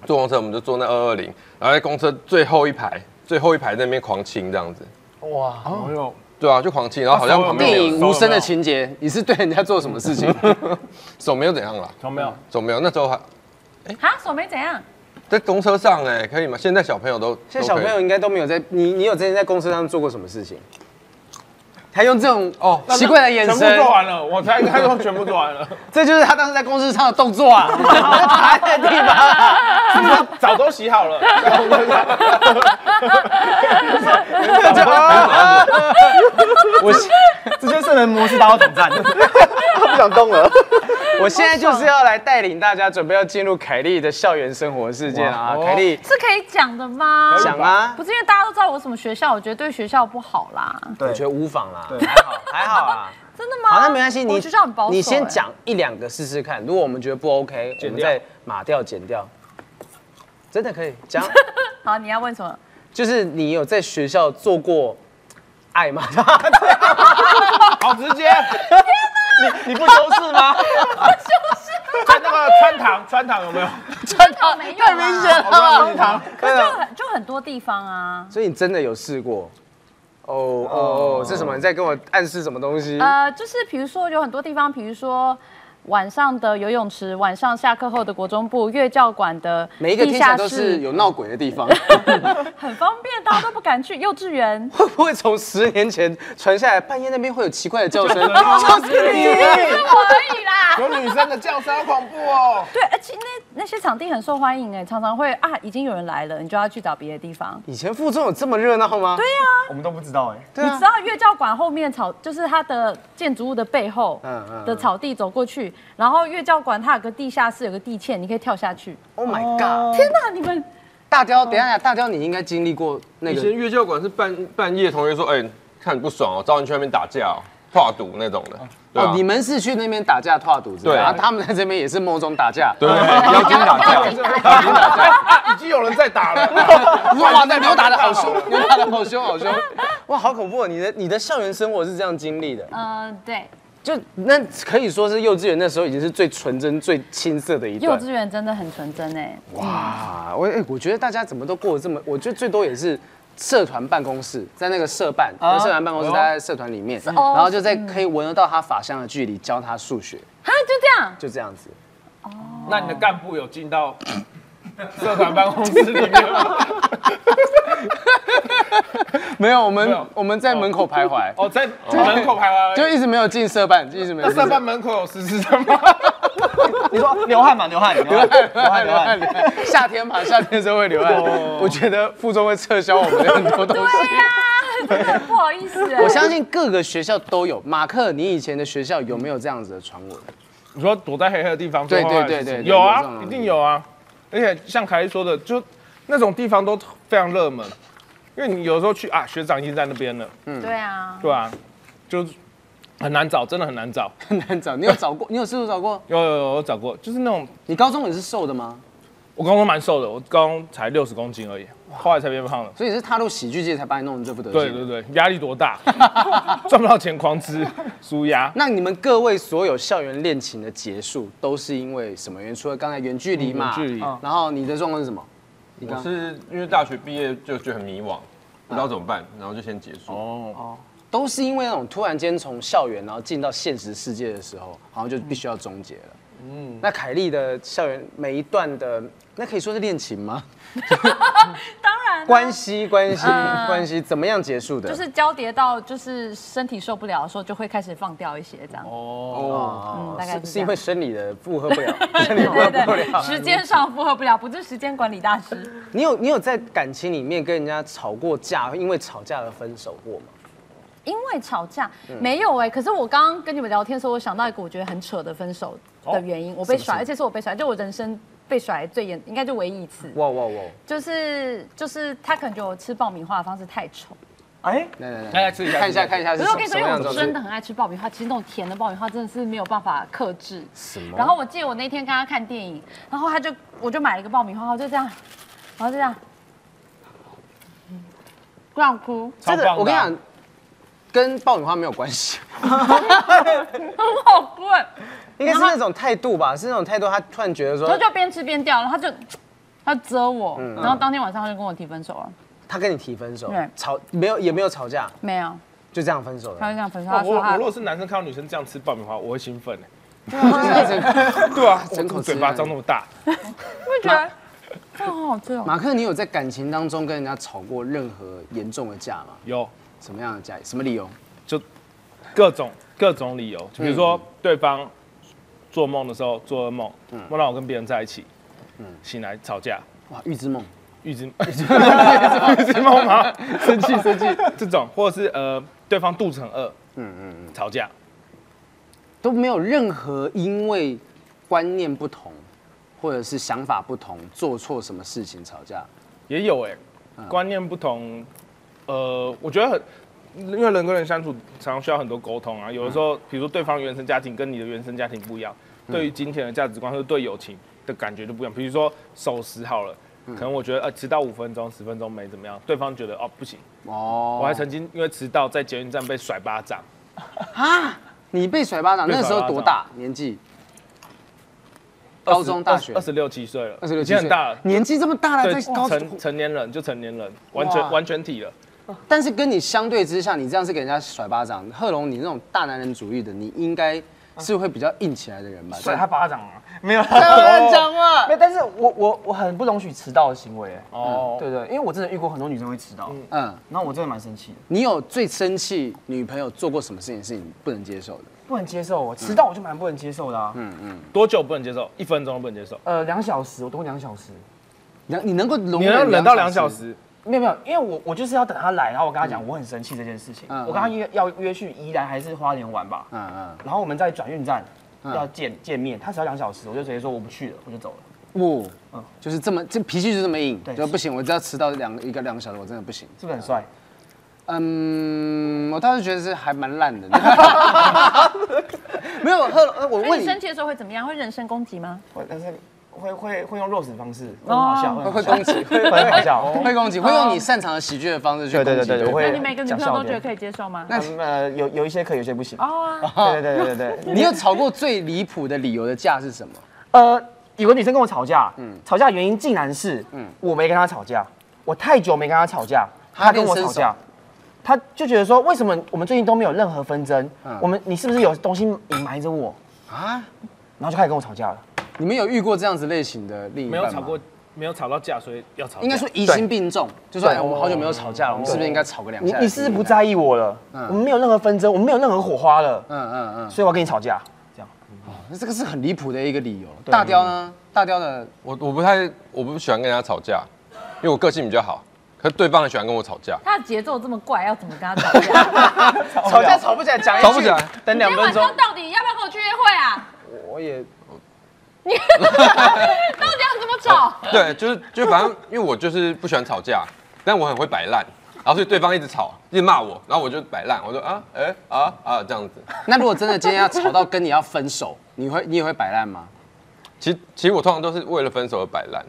Speaker 5: 坐公车我们就坐那二二零，然后在公车最后一排，最后一排在那边狂亲这样子，
Speaker 4: 没有，
Speaker 5: 对啊，就狂亲，然后好像旁边
Speaker 1: 电
Speaker 5: 没有
Speaker 1: 影《
Speaker 5: 人
Speaker 1: 无声的情节》，你是对人家做什么事 [laughs] 情？
Speaker 5: 手没有怎样啦，
Speaker 4: 有没有？
Speaker 5: 手没有，那时候还
Speaker 3: 哎
Speaker 6: 哈，手没怎样，
Speaker 5: 在公车上哎、可以吗？现在小朋友都
Speaker 1: 现在小朋友应该都没有在你，你有之前在公车上做过什么事情？还用这种哦奇怪的眼
Speaker 4: 全部
Speaker 1: 神
Speaker 4: 做，完了，我才 [laughs] 他说全部做完了，
Speaker 1: 这就是他当时在公车上的动 [laughs] 作啊，他爬在地方啊，
Speaker 4: 早都洗好了，
Speaker 1: 啊
Speaker 3: 这就是圣人模式大头统战。
Speaker 2: 不想动了，
Speaker 1: 我现在就是要来带领大家准备要进入凯莉的校园生活事件啊，
Speaker 4: 哇哦
Speaker 1: 凯莉
Speaker 6: 是可以讲的吗？
Speaker 1: 讲啊
Speaker 6: 不，是因为大家都知道我什么学校，我觉得对学校不好啦。
Speaker 1: 我
Speaker 3: 对
Speaker 1: 觉得无妨啦，
Speaker 3: 对
Speaker 1: 还 [laughs] 好还好
Speaker 4: 啊
Speaker 1: 啦。
Speaker 6: 真的吗？
Speaker 1: 好，那没关系，你
Speaker 6: 我学校很保守、
Speaker 1: 你先
Speaker 6: 哎。
Speaker 1: 讲一两个试试看，如果我们觉得不 OK，我
Speaker 4: 剪
Speaker 1: 们
Speaker 4: 掉
Speaker 1: 再码掉剪掉，真的可以
Speaker 6: [laughs]
Speaker 1: 讲，
Speaker 6: 好，你要问什么？
Speaker 1: 就是你有在学校做过爱吗？
Speaker 4: 好直接，你你不修饰吗？在那个穿堂，穿堂有没有？
Speaker 6: 真的没有，
Speaker 3: 啊
Speaker 6: 太明显
Speaker 4: 穿堂。
Speaker 6: 可是就很就很多地方啊，
Speaker 1: [laughs] 所以你真的有试过？哦哦哦，是什么？你在跟我暗示什么东西？
Speaker 6: 呃，就是比如说有很多地方，比如说。晚上的游泳池，晚上下课后的国中部、乐教馆的
Speaker 1: 每一个
Speaker 6: 地
Speaker 1: 听起来
Speaker 6: 下
Speaker 1: 都是
Speaker 6: 室，
Speaker 1: 有闹鬼的地方，
Speaker 6: [laughs] 很方便，大家都不敢去。幼
Speaker 1: [laughs]
Speaker 6: 稚园，
Speaker 1: 会不会从十年前传下来？半夜那边会有奇怪的叫声，就
Speaker 6: [laughs]
Speaker 1: 是你。
Speaker 6: 我而已啦。
Speaker 4: 有女生的叫声好恐怖哦。
Speaker 6: 对，而且那那些场地很受欢迎哎，常常会啊，已经有人来了，你就要去找别的地方。
Speaker 1: 以前附中有这么热闹吗？对，
Speaker 3: 我们都不知道哎、
Speaker 1: 对啊
Speaker 6: 你知道乐教馆后面草，就是它的建筑物的背后
Speaker 1: 嗯嗯嗯
Speaker 6: 的草地走过去，然后乐教馆它有个地下室，有个地堑，你可以跳下去。
Speaker 1: ，Oh my god！
Speaker 6: 天哪，你们
Speaker 1: 大雕，等一下，大雕，你应该经历过那
Speaker 5: 以
Speaker 1: 个哦
Speaker 5: 前乐教馆是半半夜同学说，哎、看你不爽哦，找你去那边打架哦，跨赌那种的，对
Speaker 1: 哦
Speaker 5: 啊，，
Speaker 1: 你们是去那边打架跨赌子，
Speaker 5: 对
Speaker 1: 然后他们在这边也是梦中打架，
Speaker 5: 对，妖精打架，哦
Speaker 4: 啊，已经有人在打了。
Speaker 1: 哇，那牛打的好
Speaker 5: [laughs]
Speaker 1: 凶，牛打的好凶，好凶！ [laughs] 哇，好恐怖！你的你的校园生活是这样经历的，
Speaker 6: 呃，对，
Speaker 1: 就那可以说是幼稚园那时候已经是最纯真、最青涩的一
Speaker 6: 幼
Speaker 1: 段。
Speaker 6: 稚园真的很纯真哎，
Speaker 1: 哇，我哎、我觉得大家怎么都过得这么，我觉得最多也是。社团办公室在那个社办，
Speaker 3: 啊
Speaker 1: 社团办公室，
Speaker 4: 哦
Speaker 1: 大家在社团里面，然
Speaker 6: 哦
Speaker 1: 后就在可以闻得到他法香的距离教他数学，
Speaker 6: 啊哈，就这样，
Speaker 1: 就这样子。
Speaker 4: 那你的干部有进到社团办公室里面吗？
Speaker 1: 没有，我
Speaker 4: 没
Speaker 1: 们
Speaker 4: 有
Speaker 1: 我们在门口徘徊，
Speaker 4: 哦，在门口排完，
Speaker 1: 就一直没有进社办，一直没有
Speaker 4: [laughs] 那
Speaker 1: 进
Speaker 4: 社
Speaker 1: 社
Speaker 4: 办
Speaker 1: 办。
Speaker 4: 门口有十字灯吗？
Speaker 1: [laughs]
Speaker 3: 你说流汗嘛，流汗，流汗，流汗，流汗。
Speaker 1: 夏天嘛，夏天的时候会流汗。我觉得附中会撤销我们的很多东西。
Speaker 6: 对呀、啊 [laughs] 真的很不好意 [laughs] 思。
Speaker 1: 我相信各个学校都有。马克，你以前的学校有没有这样子的传闻？
Speaker 4: 你说躲在黑黑的地方说
Speaker 1: 对
Speaker 4: 话的
Speaker 1: 对对
Speaker 4: 事情
Speaker 1: 对对
Speaker 4: 有
Speaker 1: 有这种
Speaker 4: 啊，
Speaker 1: 东西
Speaker 4: 一定有啊。而且像凯莉说的，就那种地方都非常热门，因为你有时候去啊，学长已经在那边了，
Speaker 6: 对啊，
Speaker 4: 对啊，就是很难找，真的很难找。
Speaker 1: 很难找。你有找过？你有试图找过？
Speaker 4: 有有有，我找过，就是那种
Speaker 1: 你高中也是瘦的吗？
Speaker 4: 我高中蛮瘦的，我高中才六十公斤而已，后来才变胖了。
Speaker 1: 所以你是踏入喜剧界才把你弄成最不得
Speaker 4: 对
Speaker 1: 劲。
Speaker 4: 对对，压力多大， [laughs] 赚不到钱狂吃，输压。
Speaker 1: 那你们各位所有校园恋情的结束，都是因为什么原因？除了刚才远距离嘛，
Speaker 4: 嗯远距离嗯
Speaker 1: 然后你的状况是什么？你
Speaker 5: 我
Speaker 1: 刚
Speaker 5: 是因为大学毕业就觉得很迷惘，不知道怎么办，然后就先结束。
Speaker 4: 哦，
Speaker 1: 都是因为那种突然间从校园然后进到现实世界的时候，好像就必须要终结了。嗯，那凯莉的校园每一段的，那可以说是恋情吗？
Speaker 6: [laughs] 当然啊、嗯
Speaker 1: 关系关系关系怎么样结束的？
Speaker 6: 就是交叠到就是身体受不了的时候，就会开始放掉一些这样。
Speaker 1: 哦，
Speaker 6: 嗯，大概
Speaker 1: 是
Speaker 6: 是
Speaker 1: 是
Speaker 6: 这
Speaker 1: 因
Speaker 6: 样
Speaker 1: 为。生理的负荷不
Speaker 6: [laughs]
Speaker 1: 了，生理
Speaker 6: 对
Speaker 1: 负荷 [laughs]
Speaker 6: 对
Speaker 1: 不
Speaker 6: 对，
Speaker 1: 了。
Speaker 6: 时间上负荷不了，不是时间管理大师。
Speaker 1: 你有你有在感情里面跟人家吵过架，因为吵架而分手过吗？
Speaker 6: 因为吵架没有哎、可是我刚刚跟你们聊天的时候，我想到一个我觉得很扯的分手
Speaker 1: 哦
Speaker 6: 的原因，我被甩，而且是我被甩，就我人生被甩最严，应该就唯一一次，
Speaker 1: 哇哇哇！
Speaker 6: 就是就是他可能觉得我吃爆米花的方式太丑，
Speaker 3: 哎，
Speaker 1: 来来来，
Speaker 4: 大概吃一下
Speaker 1: 看一下看一下是
Speaker 6: 可是
Speaker 1: 什
Speaker 6: 我
Speaker 1: 么
Speaker 6: 跟你
Speaker 1: 什
Speaker 6: 说，
Speaker 1: 么
Speaker 6: 因为
Speaker 1: 样的
Speaker 6: 我真的
Speaker 1: 状态？
Speaker 6: 很爱吃爆米花，其实那种甜的爆米花真的是没有办法克制。然后我记得我那天跟他看电影，然后他就我就买了一个爆米花，我就这样，然后就这样，不想哭， [laughs]
Speaker 1: 这个
Speaker 4: 超棒的啊
Speaker 1: 我跟你讲，跟爆米花没有关系，
Speaker 6: 很好棍，
Speaker 1: 应该是那种态度吧，是那种态度。他突然觉得
Speaker 6: 然后
Speaker 1: 说，
Speaker 6: 就边吃边掉，然后他就他遮我，然后当天晚上他就跟我提分手了，
Speaker 1: 他跟你提分手
Speaker 6: 对，
Speaker 1: 吵没有也没有吵架，
Speaker 6: 没有，
Speaker 1: 就这样分手
Speaker 6: 他
Speaker 1: 了。
Speaker 6: 就这样分手，
Speaker 4: 我
Speaker 6: 他
Speaker 4: 我
Speaker 6: 说
Speaker 4: 哦我
Speaker 6: 他
Speaker 4: 如果是男生看到女生这样吃爆米花，我会兴奋欸
Speaker 1: 对啊，整口
Speaker 4: 我
Speaker 1: 吃
Speaker 4: 嘴巴张那么大，
Speaker 6: 会觉得这个好好吃哦，
Speaker 1: [laughs] 马克，你有在感情当中跟人家吵过任何严重的架吗？
Speaker 4: 有
Speaker 1: 什么样的架？什么理由？
Speaker 4: 各种各种理由，就比如说对方做梦的时候做噩梦，梦到我跟别人在一起，醒来吵架，
Speaker 1: 哇，预知梦。
Speaker 4: 预知 [laughs] 预知梦吗？ [laughs] 生气生气这种，或者是呃对方肚子很饿，嗯嗯，吵架，
Speaker 1: 都没有任何因为观念不同，或者是想法不同，做错什么事情吵架。
Speaker 4: 也有哎、
Speaker 1: 嗯
Speaker 4: 观念不同，呃，我觉得很，因为人跟人相处常常需要很多沟通啊。有的
Speaker 1: 嗯
Speaker 4: 时候，比如说对方原生家庭跟你的原生家庭不一样，对于金钱的价值观或者对友情的感觉就不一样。比如说守时好了，
Speaker 1: 嗯
Speaker 4: 可能我觉得呃迟到五分钟、十分钟没怎么样，对方觉得哦不行。
Speaker 1: 哦，
Speaker 4: 我还曾经因为迟到在捷运站被甩巴掌，
Speaker 1: 你被甩巴掌，
Speaker 4: 被
Speaker 1: 那
Speaker 4: 甩巴
Speaker 1: 时
Speaker 4: 掌
Speaker 1: 候多大年纪？高中、大学
Speaker 4: 二，十六七岁了，
Speaker 1: 二十六
Speaker 4: 已
Speaker 1: 七
Speaker 4: 经
Speaker 1: 岁，
Speaker 4: 很大了。
Speaker 1: 年纪这么大了，
Speaker 4: 对，
Speaker 1: 在高中，
Speaker 4: 成成年人就成年人，完
Speaker 1: 哇
Speaker 4: 全完全体了。
Speaker 1: 但是跟你相对之下，你这样是给人家甩巴掌。贺龙，你那种大男人主义的，你应该是会比较硬起来的人吧？
Speaker 3: 甩他巴掌啊！没有啦，
Speaker 1: 讲话
Speaker 3: 没有，但是我我我很不容许迟到的行为，哎，
Speaker 4: 哦，
Speaker 3: 对对，因为我真的遇过很多女生会迟到，
Speaker 1: 嗯，
Speaker 3: 然后我真的蛮生气的，
Speaker 1: 你有最生气女朋友做过什么事情是你不能接受的？
Speaker 3: 不能接受我迟到，我就蛮不能接受的啊。
Speaker 4: 多久不能接受？一分钟都不能接受。
Speaker 3: 呃，两小时，我等过两小时，
Speaker 1: 你你能够容
Speaker 4: 你要
Speaker 1: 忍
Speaker 4: 忍到两小？时，
Speaker 3: 没有没有，因为我我就是要等他来，然后我跟他讲我很生气这件事情，
Speaker 1: 嗯
Speaker 3: 我跟他约要约去宜兰还是花莲玩吧，
Speaker 1: 嗯嗯。
Speaker 3: 然后我们在转运站要见见面，他只要两小时，我就直接说我不去了，我就走了。
Speaker 1: 不，嗯就是这么，这脾气就这么硬，
Speaker 3: 对
Speaker 1: 就不行。我只要迟到两一个两个小时，我真的不行。
Speaker 3: 是不是很帅？
Speaker 1: 嗯，我倒是觉得是还蛮烂的。 [laughs] 没有，贺龙，呃我
Speaker 6: 那
Speaker 1: 问
Speaker 6: 你
Speaker 1: 你，
Speaker 6: 生气的时候会怎么样？会人身攻击吗？
Speaker 3: 会但是会会会用 rose 的方式，会很好笑，
Speaker 1: 会会
Speaker 3: 会很好
Speaker 1: 攻
Speaker 3: 笑
Speaker 1: 击，
Speaker 3: 哦会很好笑。
Speaker 1: 会攻击，会用你擅长的喜剧的方式去攻击。
Speaker 3: 哦对对对对，我会讲
Speaker 6: 那
Speaker 3: 笑点。
Speaker 6: 你每个女朋友都觉得可以接受吗？
Speaker 3: 嗯呃，有有一些可以，有些不行。
Speaker 6: 哦啊，
Speaker 3: 对对对对对对。
Speaker 1: 你有吵过最离谱的理由的架是什么？
Speaker 3: 呃，有个女生跟我吵架，
Speaker 1: 嗯
Speaker 3: 吵架原因竟然是，我没跟她吵架，我太久没跟她吵架，
Speaker 1: 她
Speaker 3: 她跟我
Speaker 1: 变
Speaker 3: 吵
Speaker 1: 身手
Speaker 3: 架，她就觉得说，为什么我们最近都没有任何纷争？
Speaker 1: 嗯
Speaker 3: 我们你是不是有东西隐瞒着我？
Speaker 1: 啊，
Speaker 3: 然后就开始跟我吵架了。
Speaker 1: 你们有遇过这样子类型的另一
Speaker 4: 没
Speaker 1: 半
Speaker 4: 有
Speaker 1: 吗
Speaker 4: 吵过没有吵到架，所以要吵架。
Speaker 1: 应该说疑心病重，就说哎，我们好久没有吵架了，我们是不是应该吵个两
Speaker 3: 哦你
Speaker 1: 下？
Speaker 3: 你是不是不在意我了？我们没有任何纷争，我们没有任何火花了，
Speaker 1: 嗯嗯嗯，
Speaker 3: 所以我要跟你吵架。
Speaker 1: 那这个是很离谱的一个理由。大雕呢？大雕的
Speaker 5: 我我不太我不喜欢跟人家吵架，因为我个性比较好，可是对方很喜欢跟我吵架。
Speaker 8: 他的节奏这么怪，要怎么跟他吵架？
Speaker 1: 吵架吵不起来，讲一句
Speaker 5: 吵不起来
Speaker 1: 等
Speaker 6: 今
Speaker 1: 两
Speaker 6: 天
Speaker 1: 分
Speaker 6: 晚
Speaker 1: 钟
Speaker 6: 上。到底要不要跟我去约会啊？
Speaker 2: 我也
Speaker 8: [laughs]
Speaker 6: 到底要怎么
Speaker 1: 哦
Speaker 6: 吵？
Speaker 5: 对，就是就反正因为我就是不喜欢吵架，但我很会摆烂，然后所以对方一直吵，一直骂我，然后我就摆烂，我说啊哎啊啊这样子。
Speaker 1: 那如果真的今天要吵到跟你要分手，你会你也会摆烂吗？
Speaker 5: 其实其实我通常都是为了分手而摆烂，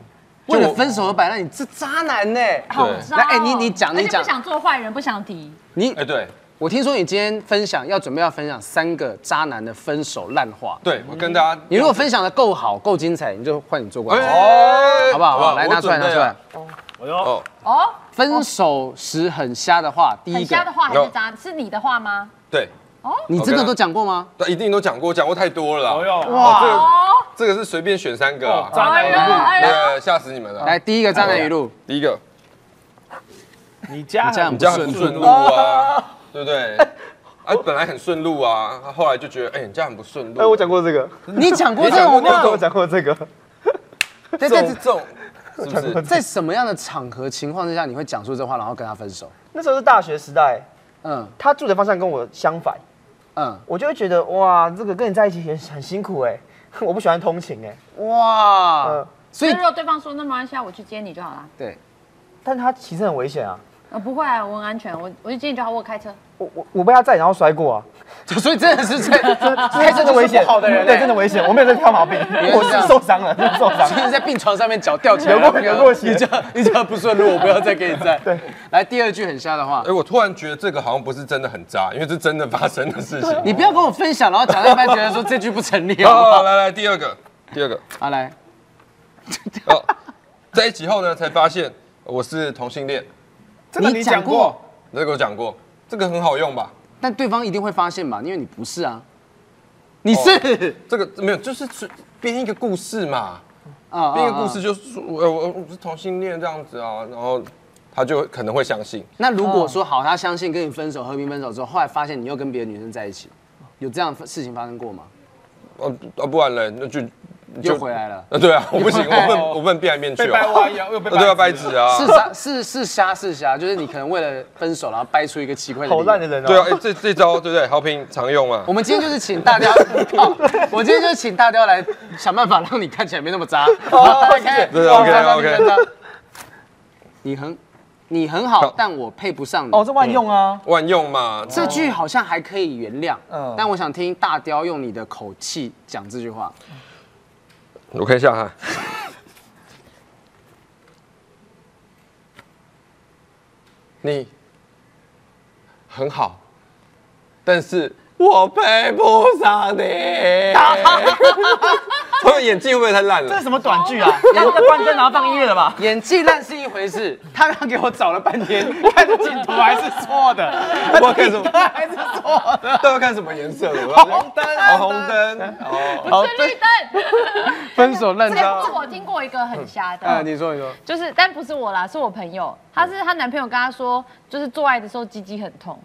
Speaker 1: 为了分手而摆烂，你这渣男呢？
Speaker 8: 好
Speaker 5: 对
Speaker 8: 糟哦
Speaker 1: 那哎你你讲
Speaker 8: 而且
Speaker 1: 你讲
Speaker 8: 不想做坏人，不想提。
Speaker 1: 你
Speaker 5: 哎对
Speaker 1: 我听说你今天分享要准备要分享三个渣男的分手烂话。
Speaker 5: 对，我跟大家
Speaker 1: 你如果分享的够好、够精彩，你就换你做过来，
Speaker 5: 哎
Speaker 1: 哦好不好？来
Speaker 5: 我
Speaker 1: 拿出来，拿
Speaker 5: 准备啊
Speaker 1: 出
Speaker 5: 了
Speaker 1: 来。
Speaker 4: 哎呦，
Speaker 5: 哦，
Speaker 8: 哦，
Speaker 1: 分手时很瞎的话，第
Speaker 8: 很
Speaker 1: 一
Speaker 8: 瞎的
Speaker 1: 个，
Speaker 8: 话还是渣，是你的话吗？
Speaker 5: 对，
Speaker 1: 你真的都讲过吗？
Speaker 5: 那一定都讲过，讲过太多了啦。
Speaker 4: 哎呦，
Speaker 5: 哇，这个
Speaker 8: 哦，
Speaker 5: 这个是随便选三个啊，
Speaker 2: 哦
Speaker 4: 渣男语录，
Speaker 8: 哎呦，
Speaker 5: 对，吓死你们了。
Speaker 1: 来，，第一个渣男语录，
Speaker 5: 第一个，
Speaker 4: 你家
Speaker 1: 你家很
Speaker 4: 很
Speaker 5: 哎你这样很不顺路啊，对不对？啊，本来很顺路啊，后来就觉得，哎，你这样很不顺路。
Speaker 2: 哎，我讲过这个，
Speaker 1: 你讲过
Speaker 5: 你
Speaker 1: 这
Speaker 5: 讲过
Speaker 1: 种
Speaker 5: 这
Speaker 1: 话
Speaker 5: 种，
Speaker 2: [laughs] 我讲过这个，
Speaker 1: 在
Speaker 5: 这
Speaker 1: 在
Speaker 5: 种这种，是不是？
Speaker 1: 在什么样的场合情况之下你会讲出这话，然后跟他分手？
Speaker 2: 那时候是大学时代，
Speaker 1: 嗯
Speaker 2: 他住的方向跟我相反，
Speaker 1: 嗯，
Speaker 2: 我就会觉得哇，这个跟你在一起很很辛苦
Speaker 3: [laughs]
Speaker 2: 哎，我不喜欢通勤哎，
Speaker 1: 哇
Speaker 2: 嗯，
Speaker 1: 所以
Speaker 8: 那如果对方说那没关系啊，我去接你就好了。
Speaker 1: 对， [laughs]
Speaker 2: 但他骑车很危险啊，
Speaker 8: 呃，不会啊，我很安全，我我去接你就好，我有开车。
Speaker 2: 我我我被他载然后摔
Speaker 3: [laughs]
Speaker 2: 过啊，
Speaker 1: 所以真的是在开
Speaker 3: 哎
Speaker 2: 真的危险，
Speaker 3: 欸
Speaker 2: 对，真的危险，我没有在挑
Speaker 3: [laughs]
Speaker 2: 毛病，
Speaker 1: 来
Speaker 2: 我
Speaker 1: 是这
Speaker 2: 是
Speaker 1: 样
Speaker 2: 受伤了，真的受伤
Speaker 1: 所以
Speaker 2: 了。
Speaker 1: 在病床上面脚吊起来，
Speaker 2: 流过流过血
Speaker 1: 你这样你这样不顺路，我不要再给你站。对，来第二句很瞎的话
Speaker 5: 哎，，我突然觉得这个好像不是真的很渣，因为这真的发生的事情。
Speaker 1: 你不要跟我分享，然后讲到一半觉得说这句不成立，好不
Speaker 5: [laughs] 哦，
Speaker 1: 好？
Speaker 5: 来来，第二个，第二个，
Speaker 1: 好来，
Speaker 5: 哦，在一起后呢，才发现我是同性恋，
Speaker 4: 这个你讲过，，
Speaker 5: 这个我讲过，这个很好用吧？
Speaker 1: 但对方一定会发现吧，因为你不是啊，你是
Speaker 5: 这个没有，就是是编一个故事嘛，
Speaker 1: 啊
Speaker 5: 编一个故事。就是说，呃，我我是同性恋这样子啊，然后他就可能会相信。
Speaker 1: 那如果说好，他相信跟你分手和平分手之后，后来发现你又跟别的女生在一起，有这样的事情发生过吗？
Speaker 5: 哦，哦不然了，那就
Speaker 1: 又回来了。
Speaker 5: 啊，对啊，我不行，我问
Speaker 1: 哦
Speaker 5: 我问变来变去
Speaker 4: 被掰
Speaker 5: 啊，
Speaker 4: 弯腰又被
Speaker 5: 啊对啊，掰
Speaker 4: 掰
Speaker 5: 直啊，
Speaker 1: 是瞎是是瞎是瞎，就是你可能为了分手，然后掰出一个奇怪的理由
Speaker 2: 好烂的人哦！
Speaker 5: 对啊，哎，这这招对不对？好评常用啊
Speaker 1: 我，们今天就是请大雕，靠 [laughs] 我今天就是请大雕来想办法让你看起来没那么渣。OK，
Speaker 5: 对啊，OK，OK
Speaker 1: 你很你很好
Speaker 5: 好，
Speaker 1: 但我配不上你。
Speaker 3: 哦，这万用啊，
Speaker 5: 万用嘛，
Speaker 1: 这句好像还可以原谅，
Speaker 3: 嗯
Speaker 1: 但我想听大雕用你的口气讲这句话。
Speaker 5: 我看一下哈。 [laughs] 你很好，但是我配不上你。 [laughs] 他们演技会不会太烂
Speaker 3: 这
Speaker 5: 了
Speaker 3: 是？什么短
Speaker 2: [laughs]
Speaker 3: 剧啊？要要关灯然后放音乐了吧？
Speaker 1: 演技烂是一回事， [laughs] 他刚给我找了半天，看着镜头还是错的，
Speaker 5: 我要看什么？
Speaker 1: 还是错的。
Speaker 5: 都要看什么颜色的？红灯，哦，红灯，哦，
Speaker 1: 好，
Speaker 8: 是绿
Speaker 1: [laughs]
Speaker 8: 灯。
Speaker 1: 分手烂
Speaker 8: 这个
Speaker 1: 招
Speaker 8: 是。我听过一个很瞎的。
Speaker 1: 啊，你说你说，
Speaker 8: 就是，但不是我啦，是我朋友。她是她男朋友跟她说，就是做爱的时候鸡鸡很痛，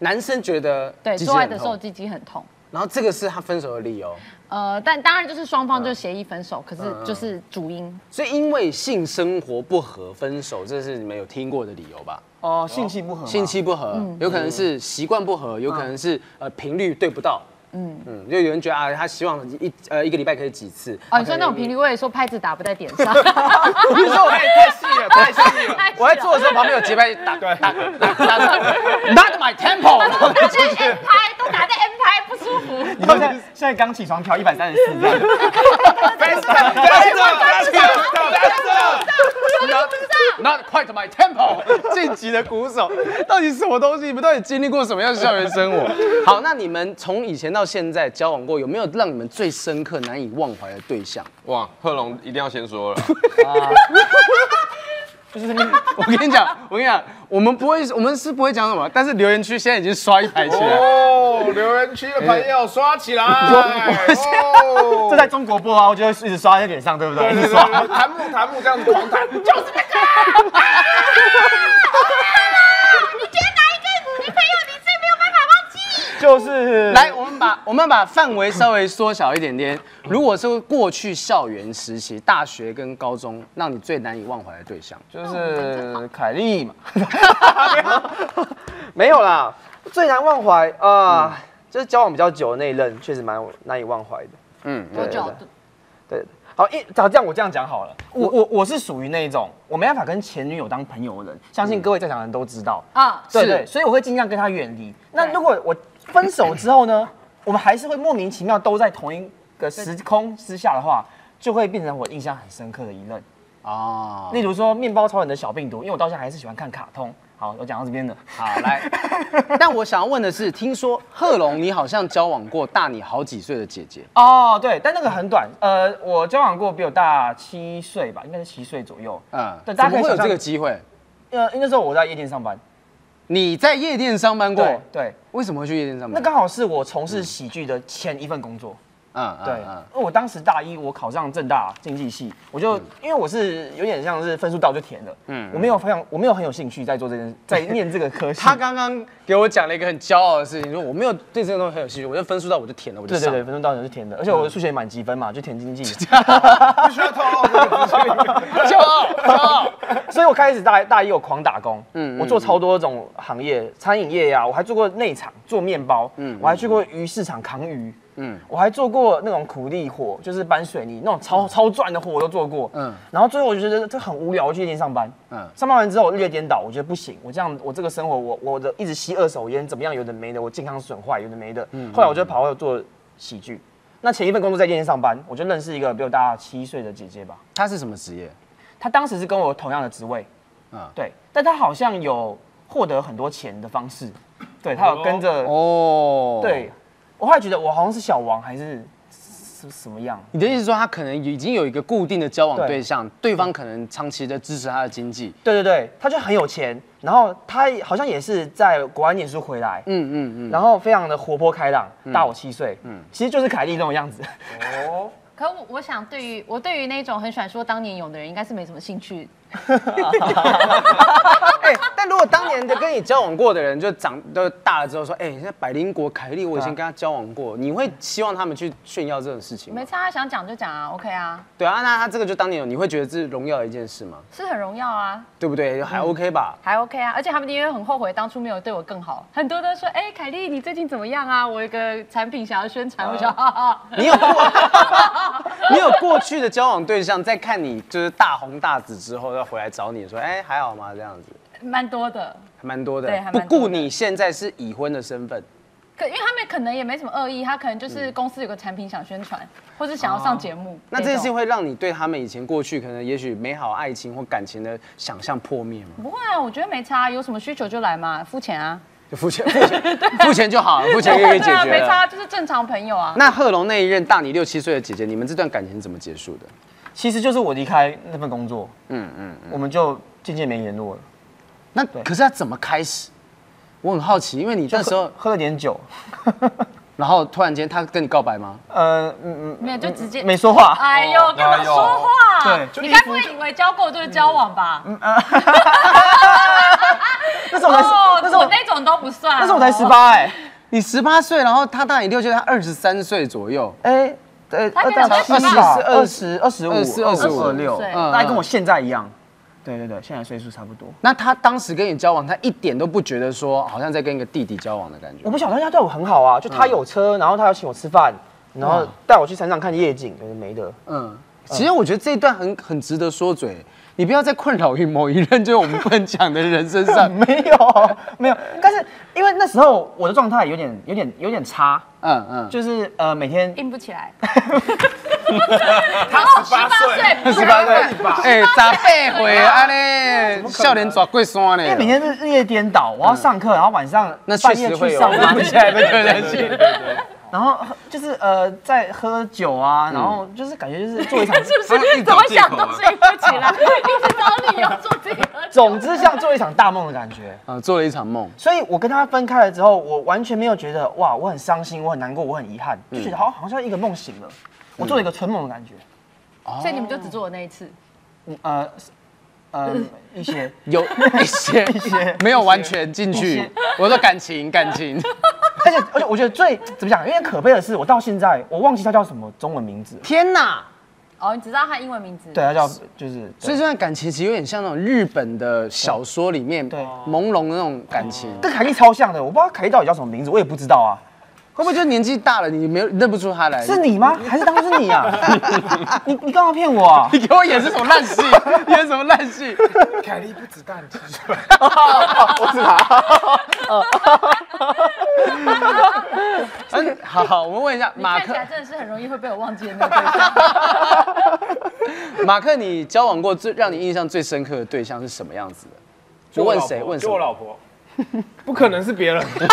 Speaker 1: 男生觉得
Speaker 8: 对，
Speaker 1: 鸡鸡
Speaker 8: 做爱
Speaker 1: 很
Speaker 8: 的时
Speaker 1: 痛
Speaker 8: 候鸡鸡很痛。
Speaker 1: 然后这个是他分手的理由，
Speaker 8: 呃，但当然就是双方就协议分手，可是就是主因。
Speaker 1: 所以因为性生活不合分手，这是你们有听过的理由吧？
Speaker 3: 哦，性气不合嘛，
Speaker 1: 性期不合，有可能是习惯不合，有可能是呃频率对不到。嗯嗯，就有人觉得啊，他希望一呃一个礼拜可以几次。
Speaker 8: 哦，你说那种频率，我也说 [laughs] 拍子打不在点上。啊
Speaker 2: 你说我太太细了，太细了。
Speaker 1: 我在做的时候旁边有节拍器打打打打打，Not my tempo。
Speaker 8: 打在 M 拍，都打在 M 拍，不舒 [laughs] 服。
Speaker 3: 你看现在现在刚起床跳一百三十四这样，
Speaker 1: Not not quite my tempo，晋级的鼓手到底什么东西？你们到底经历过什么样的校园生活？好，那你们从以前到现在交往过，有没有让你们最深刻、难以忘怀的对象？
Speaker 5: 哇，贺龙一定要先说了，
Speaker 3: 就是那边
Speaker 1: 我跟你讲，我跟你讲，我们不会，我们是不会讲什么，但是留言区现在已经刷一排起来。
Speaker 4: 哦，留言区的朋友刷起
Speaker 3: [laughs]
Speaker 4: 来！哦
Speaker 3: 这在中国播啊，我就会一直刷在脸上，对不对？
Speaker 4: 对
Speaker 3: 一
Speaker 4: 对
Speaker 3: 直
Speaker 4: 对
Speaker 3: 刷。
Speaker 4: 对弹幕弹幕这样子狂弹，就是那个。
Speaker 3: 就是
Speaker 1: 来，我们把我们把范围稍微缩小一点点。如果是过去校园时期，大学跟高中，让你最难以忘怀的对象，
Speaker 3: 就是凯莉 [laughs] 嘛，
Speaker 2: 没有啦，最难忘怀啊、就是交往比较久的那一任，确实蛮难以忘怀的。
Speaker 1: 嗯
Speaker 6: 多久？
Speaker 2: 对，
Speaker 3: 好，一早这样我这样讲好了，我我我是属于那一种我没办法跟前女友当朋友的人，相信各位在场的人都知道，
Speaker 6: 啊，
Speaker 1: 嗯
Speaker 3: 对
Speaker 1: 是
Speaker 3: 对，所以我会尽量跟她远离。那如果我分手之后呢，我们还是会莫名其妙都在同一个时空之下的话，就会变成我印象很深刻的一任。
Speaker 1: 哦。
Speaker 3: 例如说面包超人的小病毒，因为我到现在还是喜欢看卡通。好，我讲到这边了。
Speaker 1: 好，来。 [laughs] 但我想要问的是，听说贺龙你好像交往过大你好几岁的姐姐，
Speaker 3: [laughs] 哦，对，但那个很短。呃，我交往过比我大七岁吧，应该是七岁左右。
Speaker 1: 嗯，
Speaker 3: 对
Speaker 1: 怎
Speaker 3: 大家
Speaker 1: 么
Speaker 3: 可以
Speaker 1: 会有
Speaker 3: 想象
Speaker 1: 这个机会？
Speaker 3: 呃，那时候我在夜店上班。
Speaker 1: 你在夜店上班过
Speaker 3: 对，对，
Speaker 1: 为什么会去夜店上班？
Speaker 3: 那刚好是我从事喜剧的前一份工作。
Speaker 1: 嗯，嗯
Speaker 3: 对，
Speaker 1: 嗯
Speaker 3: 因为我当时大一，我考上正大经济系，我就、因为我是有点像是分数到就填了，嗯，我没有非常我没有很有兴趣在做
Speaker 1: [laughs]
Speaker 3: 这件，在念这个科系。
Speaker 1: 他刚刚给我讲了一个很骄傲的事情，说我没有对这个东西很有兴趣，我就分数到我就填了，我就
Speaker 3: 对对
Speaker 1: 上。
Speaker 3: 对，分数到就就填的，而且我的数学满积分嘛，就填经济，
Speaker 1: [laughs]
Speaker 3: [laughs]
Speaker 4: 不需要透露这个资讯。
Speaker 1: 骄傲，骄傲。
Speaker 3: 所以我开始大大一有狂打工，嗯，我做超多种行业，餐饮业呀、啊我还做过内场做面包，嗯，我还去过鱼市场扛鱼，嗯，我还做过那种苦力活，就是搬水泥那种超、超赚的活我都做过，
Speaker 1: 嗯
Speaker 3: 嗯，然后最后我就觉得这很无聊，我去夜店上班，
Speaker 1: 嗯
Speaker 3: 嗯，上班完之后我日夜颠倒，我觉得不行，我这样我这个生活我我的一直吸二手烟怎么样，有的没的，我健康损坏有的没的，后来我就跑回来做喜剧。那前一份工作在夜店上班，我就认识一个比我大七岁的姐姐吧，
Speaker 1: 他是什么职业？
Speaker 3: 她当时是跟我同样的职位，
Speaker 1: 嗯，
Speaker 3: 对，但他好像有获得很多钱的方式，对他有跟着，
Speaker 1: 哦，
Speaker 3: 对我后来觉得我好像是小王还是什什么样，
Speaker 1: 你的意思是说，他可能已经有一个固定的交往
Speaker 3: 对
Speaker 1: 对嗯象，对方可能长期的支持他的经济。
Speaker 3: 对对对，他就很有钱，然后他好像也是在国外念书回来，
Speaker 1: 嗯嗯嗯。
Speaker 3: 然后非常的活泼开朗，大我七岁，嗯，其实就是凯莉那种样子， [laughs]
Speaker 8: 可我我想，对于我对于那种很喜欢说当年勇的人，应该是没什么兴趣。
Speaker 1: 哎、但如果当年的跟你交往过的人，就长都大了之后说，哎、现在百灵果凯莉，我以前跟他交往过，你会希望他们去炫耀这种事情吗
Speaker 8: 没？差，他想讲就讲啊，OK 啊，
Speaker 1: 对啊，那他这个就当年有，你会觉得这是荣耀的一件事吗？
Speaker 8: 是很荣耀啊，
Speaker 1: 对不对？还 OK 吧？
Speaker 8: 还 OK 啊，而且他们因为很后悔当初没有对我更好，很多都说，哎、凯莉你最近怎么样啊？我有一个产品想要宣传，我想，哈哈
Speaker 1: 你有过，你有过去的交往对象，在看你就是大红大紫之后，要回来找你说，哎、还好吗？这样子。
Speaker 8: 蛮多的。
Speaker 1: 还蛮多的，
Speaker 8: 对还蛮
Speaker 1: 不
Speaker 8: 多的
Speaker 1: 顾你现在是已婚的身份，
Speaker 8: 可因为他们可能也没什么恶意，他可能就是公司有个产品想宣传，或是想要上节目。
Speaker 1: 那这件事情
Speaker 8: 种
Speaker 1: 会让你对他们以前过去可能也许美好爱情或感情的想象破灭吗？
Speaker 8: 不会啊，我觉得没差，有什么需求就来嘛，付钱啊，
Speaker 1: 就付钱，付
Speaker 8: [laughs]
Speaker 1: 钱，付钱就好了，付钱就可以解
Speaker 8: 对啊，
Speaker 1: 决
Speaker 8: 没
Speaker 1: 了。
Speaker 8: 差，就是正常朋友啊。
Speaker 1: 那贺龙那一任大你六七岁的姐姐，你们这段感情怎么结束的？
Speaker 3: 其实就是我离开那份工作，嗯嗯，我们就渐渐没联络了，
Speaker 1: 那可是他怎么开始？我很好奇，因为你那时候，
Speaker 3: 喝了点酒，
Speaker 1: 然后突然间他跟你告白吗？
Speaker 3: 呃嗯
Speaker 8: 没有就直接
Speaker 3: 嗯，没说话，
Speaker 8: 哎呦，干嘛说话？
Speaker 3: 哎呦对
Speaker 8: 你该不会以为交过就是交往吧？
Speaker 3: 那时候我才十，嗯哦那时候
Speaker 8: 我
Speaker 3: 我
Speaker 8: 那哦种都不算。哦
Speaker 3: 那时候我才十，八哎，
Speaker 1: 你十八岁，然后他大你六岁，他二十三岁左右，
Speaker 3: 哎，对，
Speaker 8: 他
Speaker 3: 二
Speaker 8: 那个
Speaker 3: 大
Speaker 8: 才
Speaker 3: 七
Speaker 8: 18
Speaker 3: 吧，二十二十五、
Speaker 1: 24 25
Speaker 3: 二六，
Speaker 8: 对
Speaker 3: 大概跟我现在一样。对对对，现在岁数差不多。
Speaker 1: 那他当时跟你交往，他一点都不觉得说好像在跟一个弟弟交往的感觉
Speaker 3: 我。不晓得他对我很好
Speaker 1: 嗯
Speaker 3: 啊，就他有车，然后他要请我吃饭，然后带我去山上看夜景，有的没的。。
Speaker 1: 嗯，其实我觉得这一段很很值得说嘴，你不要再困扰于某一任，就是我们不能讲的人身上
Speaker 3: [laughs] 没有没有，但是因为那时候我的状态有点有点有点差，
Speaker 1: [laughs] 嗯嗯，
Speaker 3: 就是呃每天
Speaker 8: 硬不起来。
Speaker 4: 他十八岁，
Speaker 8: 不
Speaker 1: 十
Speaker 8: 然
Speaker 1: 八岁， [laughs] 哎，咋背回啊嘞？笑脸抓贵酸嘞？
Speaker 3: 因为哎每天是日夜颠倒，我要上课，然后晚上
Speaker 1: 那确
Speaker 3: 半夜
Speaker 1: 实会 [laughs]
Speaker 3: 去
Speaker 1: 有
Speaker 3: 上班
Speaker 1: 不，起来的可能性。
Speaker 3: 然后喝就是呃，在喝酒啊，然后就是感觉就是做一场，
Speaker 6: 是不是？怎么想都是一不起来，一直找理由做自己喝酒。
Speaker 3: 总之像做一场大梦的感觉。
Speaker 1: 啊，做了一场梦。
Speaker 3: 所以我跟他分开了之后，我完全没有觉得哇，我很伤心，我很难过，我很遗憾，就觉得好好像一个梦醒了，我做了一个春梦的感觉。
Speaker 6: 所以你们就只做我那一次，
Speaker 3: 嗯呃呃，一些 [laughs]
Speaker 1: 有一些 [laughs] 没有完全进
Speaker 3: 一
Speaker 1: 去
Speaker 3: 些，
Speaker 1: 我说感情感
Speaker 3: [laughs]
Speaker 1: 情，
Speaker 3: 而且而且我觉得最怎么讲？因为可悲的是，我到现在我忘记他叫什么中文名字了。
Speaker 1: 天哪！
Speaker 6: 哦，你只知道他英文名字。
Speaker 3: 对，他叫就是
Speaker 1: 所以
Speaker 3: 对。
Speaker 1: 这段感情其实有点像那种日本的小说里面
Speaker 3: 对哦
Speaker 1: 朦胧的那种感情，
Speaker 3: 跟凯莉超像的，我不知道凯莉到底叫什么名字，我也不知道啊。
Speaker 1: 会不会就是年纪大了你没有认不出他来？
Speaker 3: 是你吗？还是当初是你啊？ [laughs] 你你干嘛骗我啊？
Speaker 1: 你给我演是什么
Speaker 3: [laughs]
Speaker 1: 烂戏？演什么烂戏？
Speaker 4: 凯莉不止蛋提出来，
Speaker 3: [laughs] 我是他。
Speaker 1: 嗯，好好，我们问一下
Speaker 6: 你
Speaker 1: 马
Speaker 6: 看起
Speaker 1: 克
Speaker 6: 来，真的是很容易会被我忘记的那个对象。
Speaker 1: [laughs] 马克，你交往过最让你印象最深刻的对象是什么样子的？
Speaker 4: 就
Speaker 1: 我
Speaker 4: 我
Speaker 1: 问
Speaker 4: 老婆
Speaker 1: 谁？问谁
Speaker 4: 就？我老婆，不可能是别人， [laughs] 不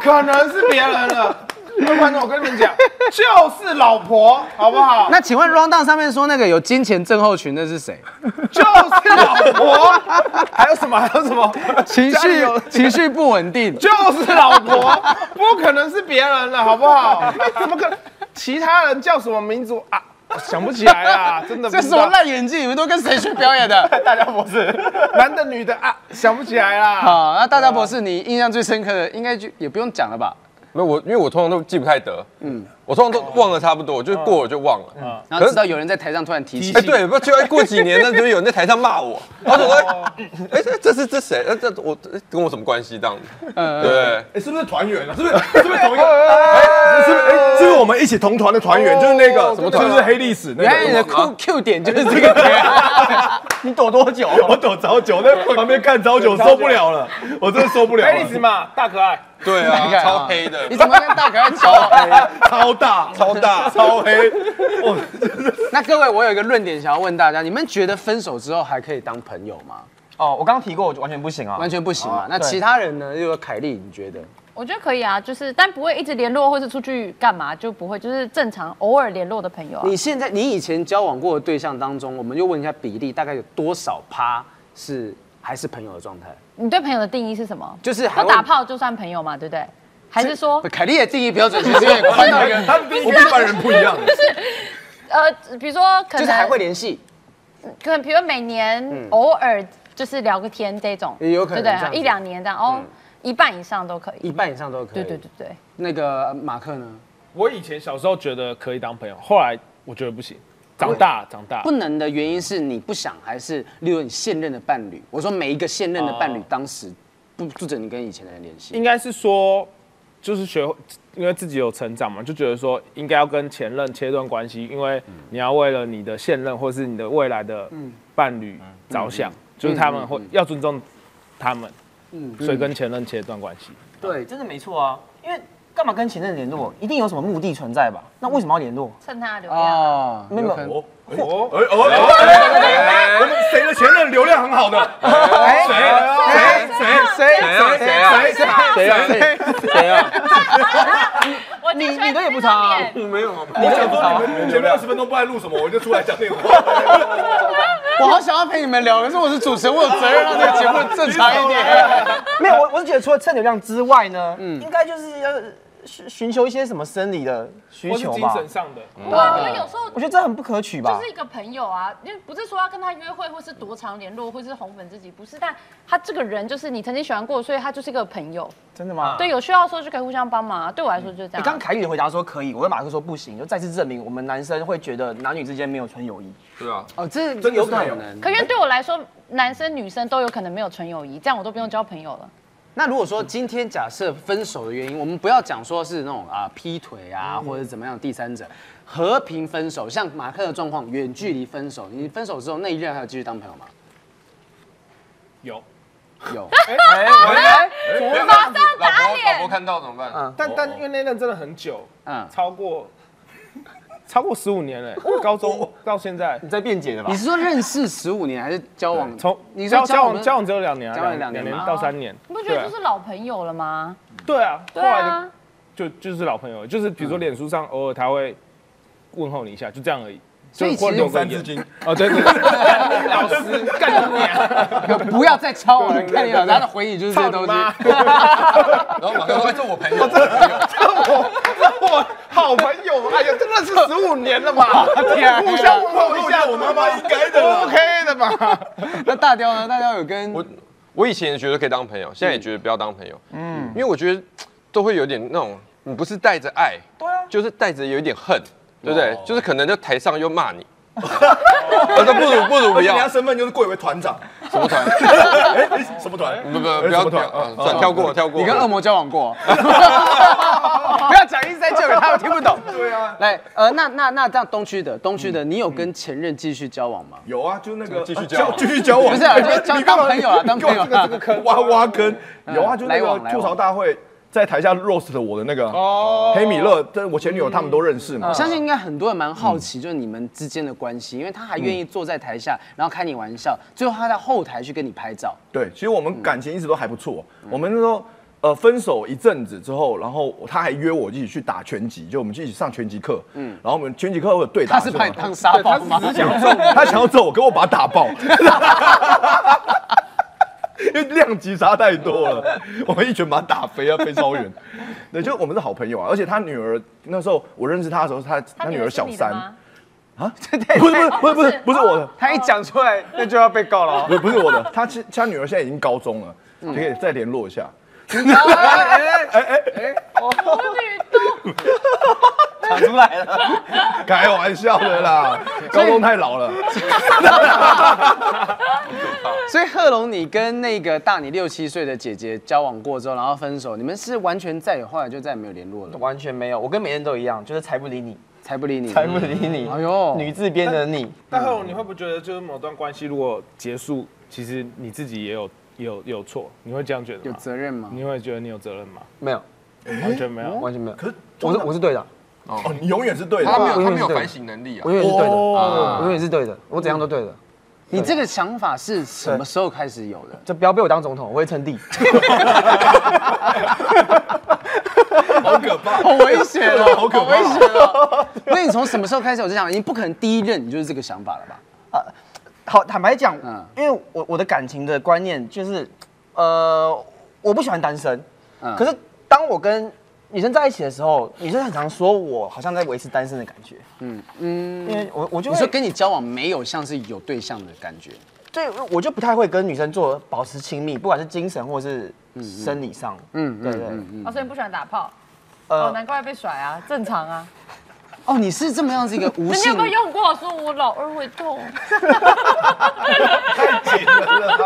Speaker 4: 可能是别人了。各位观众，我跟你们讲，就是老婆，好不好？
Speaker 1: 那请问 round down 上面说那个有金钱症候群的是谁？
Speaker 4: 就是老婆，还有什么？还有什么？
Speaker 1: 情
Speaker 4: 家里
Speaker 1: 绪
Speaker 4: [laughs] 有
Speaker 1: 情绪不稳定，
Speaker 4: 就是老婆，不可能是别人了，好不好？怎么可能？其他人叫什么名字我啊？我想不起来 [laughs] 啦，真的。
Speaker 1: 这什么？烂演技？你们都跟谁去表演
Speaker 4: [laughs]
Speaker 1: 的？
Speaker 4: 大家博士，男的女的啊，想不起来啦。
Speaker 1: 啊好，那大家博士，你印象最深刻的应该就也不用讲了吧？
Speaker 5: 没有我，因为我通常都记不太得，嗯，我通常都忘了差不多，我就过了就忘了，嗯，
Speaker 1: 然后直到有人在台上突然提起
Speaker 5: 哎，，对，不，就过几年，那就有人在台上骂我，然后我说，哎，这这是这谁？呃，这我这跟我什么关系？这样子，对，
Speaker 9: 哎，是不是团员啊？是不是？是不是同一个？哎，是不是？哎，是不是我们一起同团的团员？就是那个什么团？就是黑历史那
Speaker 1: 原来你的
Speaker 9: 个。
Speaker 1: Q Q 点就是这个点啊。
Speaker 3: 你躲多久？
Speaker 9: 我躲早九，在旁边看早九受不了了，我真的受不了
Speaker 4: 黑历史
Speaker 9: 了，
Speaker 4: 嘛，大可爱，
Speaker 5: 对
Speaker 1: 你看啊
Speaker 5: 啊，超黑的
Speaker 1: 你，怎么跟大可爱交 [laughs] 往？
Speaker 9: 超大，
Speaker 5: 超大，
Speaker 9: 超黑，我
Speaker 1: 那各位，我有一个论点想要问大家：你们觉得分手之后还可以当朋友吗？
Speaker 3: 哦，我刚刚提过，我完全不行啊
Speaker 1: 完。全不行嘛。那
Speaker 3: 对
Speaker 1: 其他人呢？就说凯莉，你觉得？
Speaker 6: [laughs] 我觉得可以啊，就是但不会一直联络或是出去干嘛，就不会，就是正常偶尔联络的朋友、啊。
Speaker 1: 你现在你以前交往过的对象当中，我们就问一下比例，大概有多少趴是还是朋友的状态？
Speaker 6: 你对朋友的定义是什么？
Speaker 1: 就是还
Speaker 6: 不
Speaker 1: 会
Speaker 6: 打炮就算朋友嘛，对不对？还是说
Speaker 1: 不，凯莉的定义标准 [laughs] 其实有点宽到一个，
Speaker 9: 他们跟一般人不一样，
Speaker 6: 呃，比如说可能
Speaker 1: 就是还会联系。
Speaker 6: 可能比如每年偶尔就是聊个天这种，
Speaker 1: 也有可能
Speaker 6: 对
Speaker 1: 这
Speaker 6: 不
Speaker 1: 样
Speaker 6: 对？
Speaker 1: 子嗯
Speaker 6: 一两年这样哦，一半以上都可以。
Speaker 1: 一半以上都可以。
Speaker 6: 对对对。对，
Speaker 1: 那个马克呢？
Speaker 4: 我以前小时候觉得可以当朋友，后来我觉得不行。长大，长大
Speaker 1: 不，能的原因是你不想，还是例如你现任的伴侣？我说每一个现任的伴侣
Speaker 4: 哦
Speaker 1: 当时不不准你跟以前的人联系。
Speaker 4: 应该是说，就是学会，因为自己有成长嘛，就觉得说应该要跟前任切断关系，因为你要为了你的现任或是你的未来的伴侣着想，就是他们会要尊重他们，所以跟前任切断关系。
Speaker 3: 对，真的没错啊，因为干嘛跟前任联络？一定有什么目的存在吧？那为什么要联络？
Speaker 6: 趁他流量。
Speaker 1: 哦，
Speaker 3: 没有
Speaker 1: 有可能。
Speaker 9: 哦哦哎
Speaker 5: 哎
Speaker 9: 哦，我们谁的前任流量很好的？谁谁谁谁谁谁谁？
Speaker 5: 谁啊？谁啊？
Speaker 6: 我你
Speaker 3: 你的也不差啊
Speaker 5: 没有啊，
Speaker 9: 我想说你们前面二十分钟不爱录什么，我就出来讲
Speaker 4: [laughs]
Speaker 9: 电话。
Speaker 1: 我好想要陪你们聊，可是我是主持人，我有责任让这个节目正常一点。
Speaker 3: 没有，我我是觉得除了蹭流量之外呢，应该就是要寻寻求一些什么生理的需
Speaker 4: 或是
Speaker 3: 求
Speaker 4: 精
Speaker 3: 吧。
Speaker 4: 神上的，
Speaker 9: 嗯
Speaker 1: 啊
Speaker 6: 哇，因为有时候
Speaker 3: 我觉得这很不可取吧
Speaker 6: 就。是一个朋友啊，因为不是说要跟他约会，或是多长联络，或是红粉知己，不是。但他这个人就是你曾经喜欢过，所以他就是一个朋友。
Speaker 3: 真的吗？
Speaker 6: 对，有需要的时候就可以互相帮忙啊。对我来说就是这
Speaker 3: 你
Speaker 6: 样。
Speaker 3: 刚刚凯宇的回答说可以，我跟马克说不行，就再次证明我们男生会觉得男女之间没有纯友谊。
Speaker 5: 对啊，
Speaker 1: [laughs] 哦，这
Speaker 9: 真的是
Speaker 1: 有可
Speaker 9: 没有
Speaker 1: 能。
Speaker 6: 可因为对我来说，男生女生都有可能没有纯友谊，这样我都不用交朋友了。
Speaker 1: 那如果说今天假设分手的原因，我们不要讲说是那种啊劈腿啊，或者怎么样的第三者，和平分手，像马克的状况，远距离分手，你分手之后那一任还有继续当朋友吗？
Speaker 4: 有。
Speaker 1: 有，
Speaker 5: 马上打脸，老婆看到怎么办？
Speaker 9: 哦
Speaker 4: 但但因为那任真的很久，
Speaker 1: 嗯，
Speaker 4: 超过超过十五年了，欸高
Speaker 9: 哦
Speaker 4: 中到现在，
Speaker 3: 你在辩解的吧
Speaker 1: 你？是说认识十五年还是交往？
Speaker 4: 从
Speaker 1: 你说
Speaker 4: 交
Speaker 1: 交
Speaker 4: 交
Speaker 1: 往
Speaker 4: 往交往只有两年啊，
Speaker 1: 交往两年
Speaker 4: 年
Speaker 1: 嘛
Speaker 4: 到三年，
Speaker 6: 你不觉得
Speaker 4: 对啊
Speaker 6: 就是老朋友了吗？
Speaker 4: 对啊，后
Speaker 6: 对
Speaker 4: 来的
Speaker 6: 啊，
Speaker 4: 就就是老朋友，就是比如说脸书上偶尔他会问候你一下，就这样而已。
Speaker 1: 所以
Speaker 4: 就或
Speaker 1: 其实
Speaker 4: 留个
Speaker 9: 三
Speaker 4: 言
Speaker 9: 字经，
Speaker 4: 哦，对对，对 [laughs] 老师干你啊！
Speaker 1: [laughs] 不要再敲 [laughs] 我了，看你老他的回忆就是这些东西。
Speaker 5: 然后马上说哎这我朋友，
Speaker 9: 我 [laughs] 好朋友，哎呀，真的是十五年了嘛， [laughs] 互相问候一下，我妈妈应该的啦。
Speaker 4: OK 的
Speaker 9: [laughs]
Speaker 4: 吧？
Speaker 1: 那大雕呢？大雕有跟
Speaker 5: 我我以前也觉得可以当朋友，现在也觉得不要当朋友。嗯，因为我觉得都会有点那种，你不是带着爱，对啊，就是带着有一点恨，对不对？就是可能在台上又骂你，我说不如不如不
Speaker 9: 而且
Speaker 5: 要
Speaker 9: 人，家身份就是贵为团长，
Speaker 5: 什么团？
Speaker 9: 哎什么团？
Speaker 5: 不不不要
Speaker 9: 什么团
Speaker 5: 跳，啊算跳过跳过。
Speaker 1: 你跟恶魔交往
Speaker 3: [laughs]
Speaker 1: 过？不要讲一直在叫他们听不懂。
Speaker 9: 对啊，
Speaker 1: 来，呃，那那那这样东区的东区
Speaker 3: 嗯
Speaker 1: 的，你有跟前任继续交往吗？
Speaker 9: 有啊，就那个
Speaker 5: 继续
Speaker 9: 啊
Speaker 5: 交往
Speaker 9: 继续交往，
Speaker 1: 不是啊就交
Speaker 9: 你干嘛
Speaker 1: 当朋友啊当朋友啊嗯
Speaker 9: 你给我这个这个坑挖挖坑，有啊，就那
Speaker 1: 来往来
Speaker 9: 个
Speaker 1: 往
Speaker 9: 吐槽大会在台下 roast 了我的那个
Speaker 5: 哦
Speaker 9: 黑米勒，这我前女友他们都认识嘛
Speaker 1: 我，相信应该很多人蛮好奇，就是你们之间的关
Speaker 3: 嗯
Speaker 1: 系，因为他还愿意坐在台下，然后开你玩笑，最后他在后台去跟你拍照。
Speaker 9: 对，其实我们感情一直都还不错。我们那时候呃分手一阵子之后，然后他还约我一起去打拳击，就我们去一起上拳击课。嗯，然后我们拳击课会有对打
Speaker 1: 他
Speaker 9: 的
Speaker 1: 是
Speaker 9: 时候，
Speaker 1: 把你当沙包吗？
Speaker 9: 他想要揍我，给我把他打爆。 [laughs] 因为量级差太多了，我们一拳把他打飞啊，飞超远。对，就我们是好朋友啊，而且他女儿那时候我认识他的时候，他他女儿小三，不是不是不是不是我的，
Speaker 3: 他一讲出来，那就要被告了哦。
Speaker 9: [laughs] 不是不是我的，他其他女儿现在已经高中了，你可以再联络一下。
Speaker 3: 讲出来了，
Speaker 9: 开玩笑的啦，高中太老了。
Speaker 1: [laughs] 所以贺龙，你跟那个大你六七岁的姐姐交往过之后，然后分手，你们是完全再也后来就再也没有联络了，
Speaker 3: 完全没有。我跟每天都一样，就是才不理你，
Speaker 1: 才不理你。
Speaker 3: 才不理你。
Speaker 1: 哎
Speaker 3: 哎
Speaker 1: 呦
Speaker 3: 呦，女字边的你，
Speaker 4: 但后你会不会觉得，就是某段关系如果结束，其实你自己也有有有错，你会这样觉得
Speaker 1: 有
Speaker 4: 吗？
Speaker 1: 责任吗？
Speaker 4: 你会觉得你有责任吗？
Speaker 3: 没有，
Speaker 4: 完全没有。
Speaker 3: 完全没有。
Speaker 9: 可是
Speaker 3: 我是我是对的，
Speaker 9: 哦，你永远是对的。
Speaker 5: 他没有
Speaker 3: 我
Speaker 5: 他没有
Speaker 3: 我
Speaker 5: 反省能力啊
Speaker 3: 我。永远是对的，啊
Speaker 9: 哦
Speaker 3: 我永远是对的，我怎样都对的。
Speaker 1: 你这个想法是什么时候开始有的？
Speaker 3: 就不要被我当总统，我会称帝。
Speaker 9: 好可
Speaker 1: [laughs] [laughs]
Speaker 9: 怕，
Speaker 1: 好危险哦，
Speaker 9: 好可怕
Speaker 1: 危险哦！所以你从什么时候开始有这想法？你不可能第一任你就是这个想法了吧？
Speaker 3: 好，坦白讲
Speaker 1: 嗯，
Speaker 3: 因为我我的感情的观念就是，呃，我不喜欢单身。
Speaker 1: 嗯
Speaker 3: 可是当我跟女生在一起的时候，女生很常说我好像在维持单身的感觉。嗯嗯，因为我我就
Speaker 1: 你说
Speaker 3: 会
Speaker 1: 跟你交往没有像是有对象的感觉，
Speaker 3: 对，我就不太会跟女生做保持亲密，不管是精神或是生理上。
Speaker 1: 嗯
Speaker 3: 嗯，
Speaker 1: 嗯
Speaker 3: 对对。
Speaker 6: 啊
Speaker 8: 哦，所以你不喜欢打炮，哦，
Speaker 3: 呃，
Speaker 8: 难怪被甩啊，正常啊。
Speaker 1: 哦，你是这么样子一个无
Speaker 8: 你
Speaker 1: 性
Speaker 8: 有没有用过？说我老二会痛，
Speaker 9: 太紧了啦。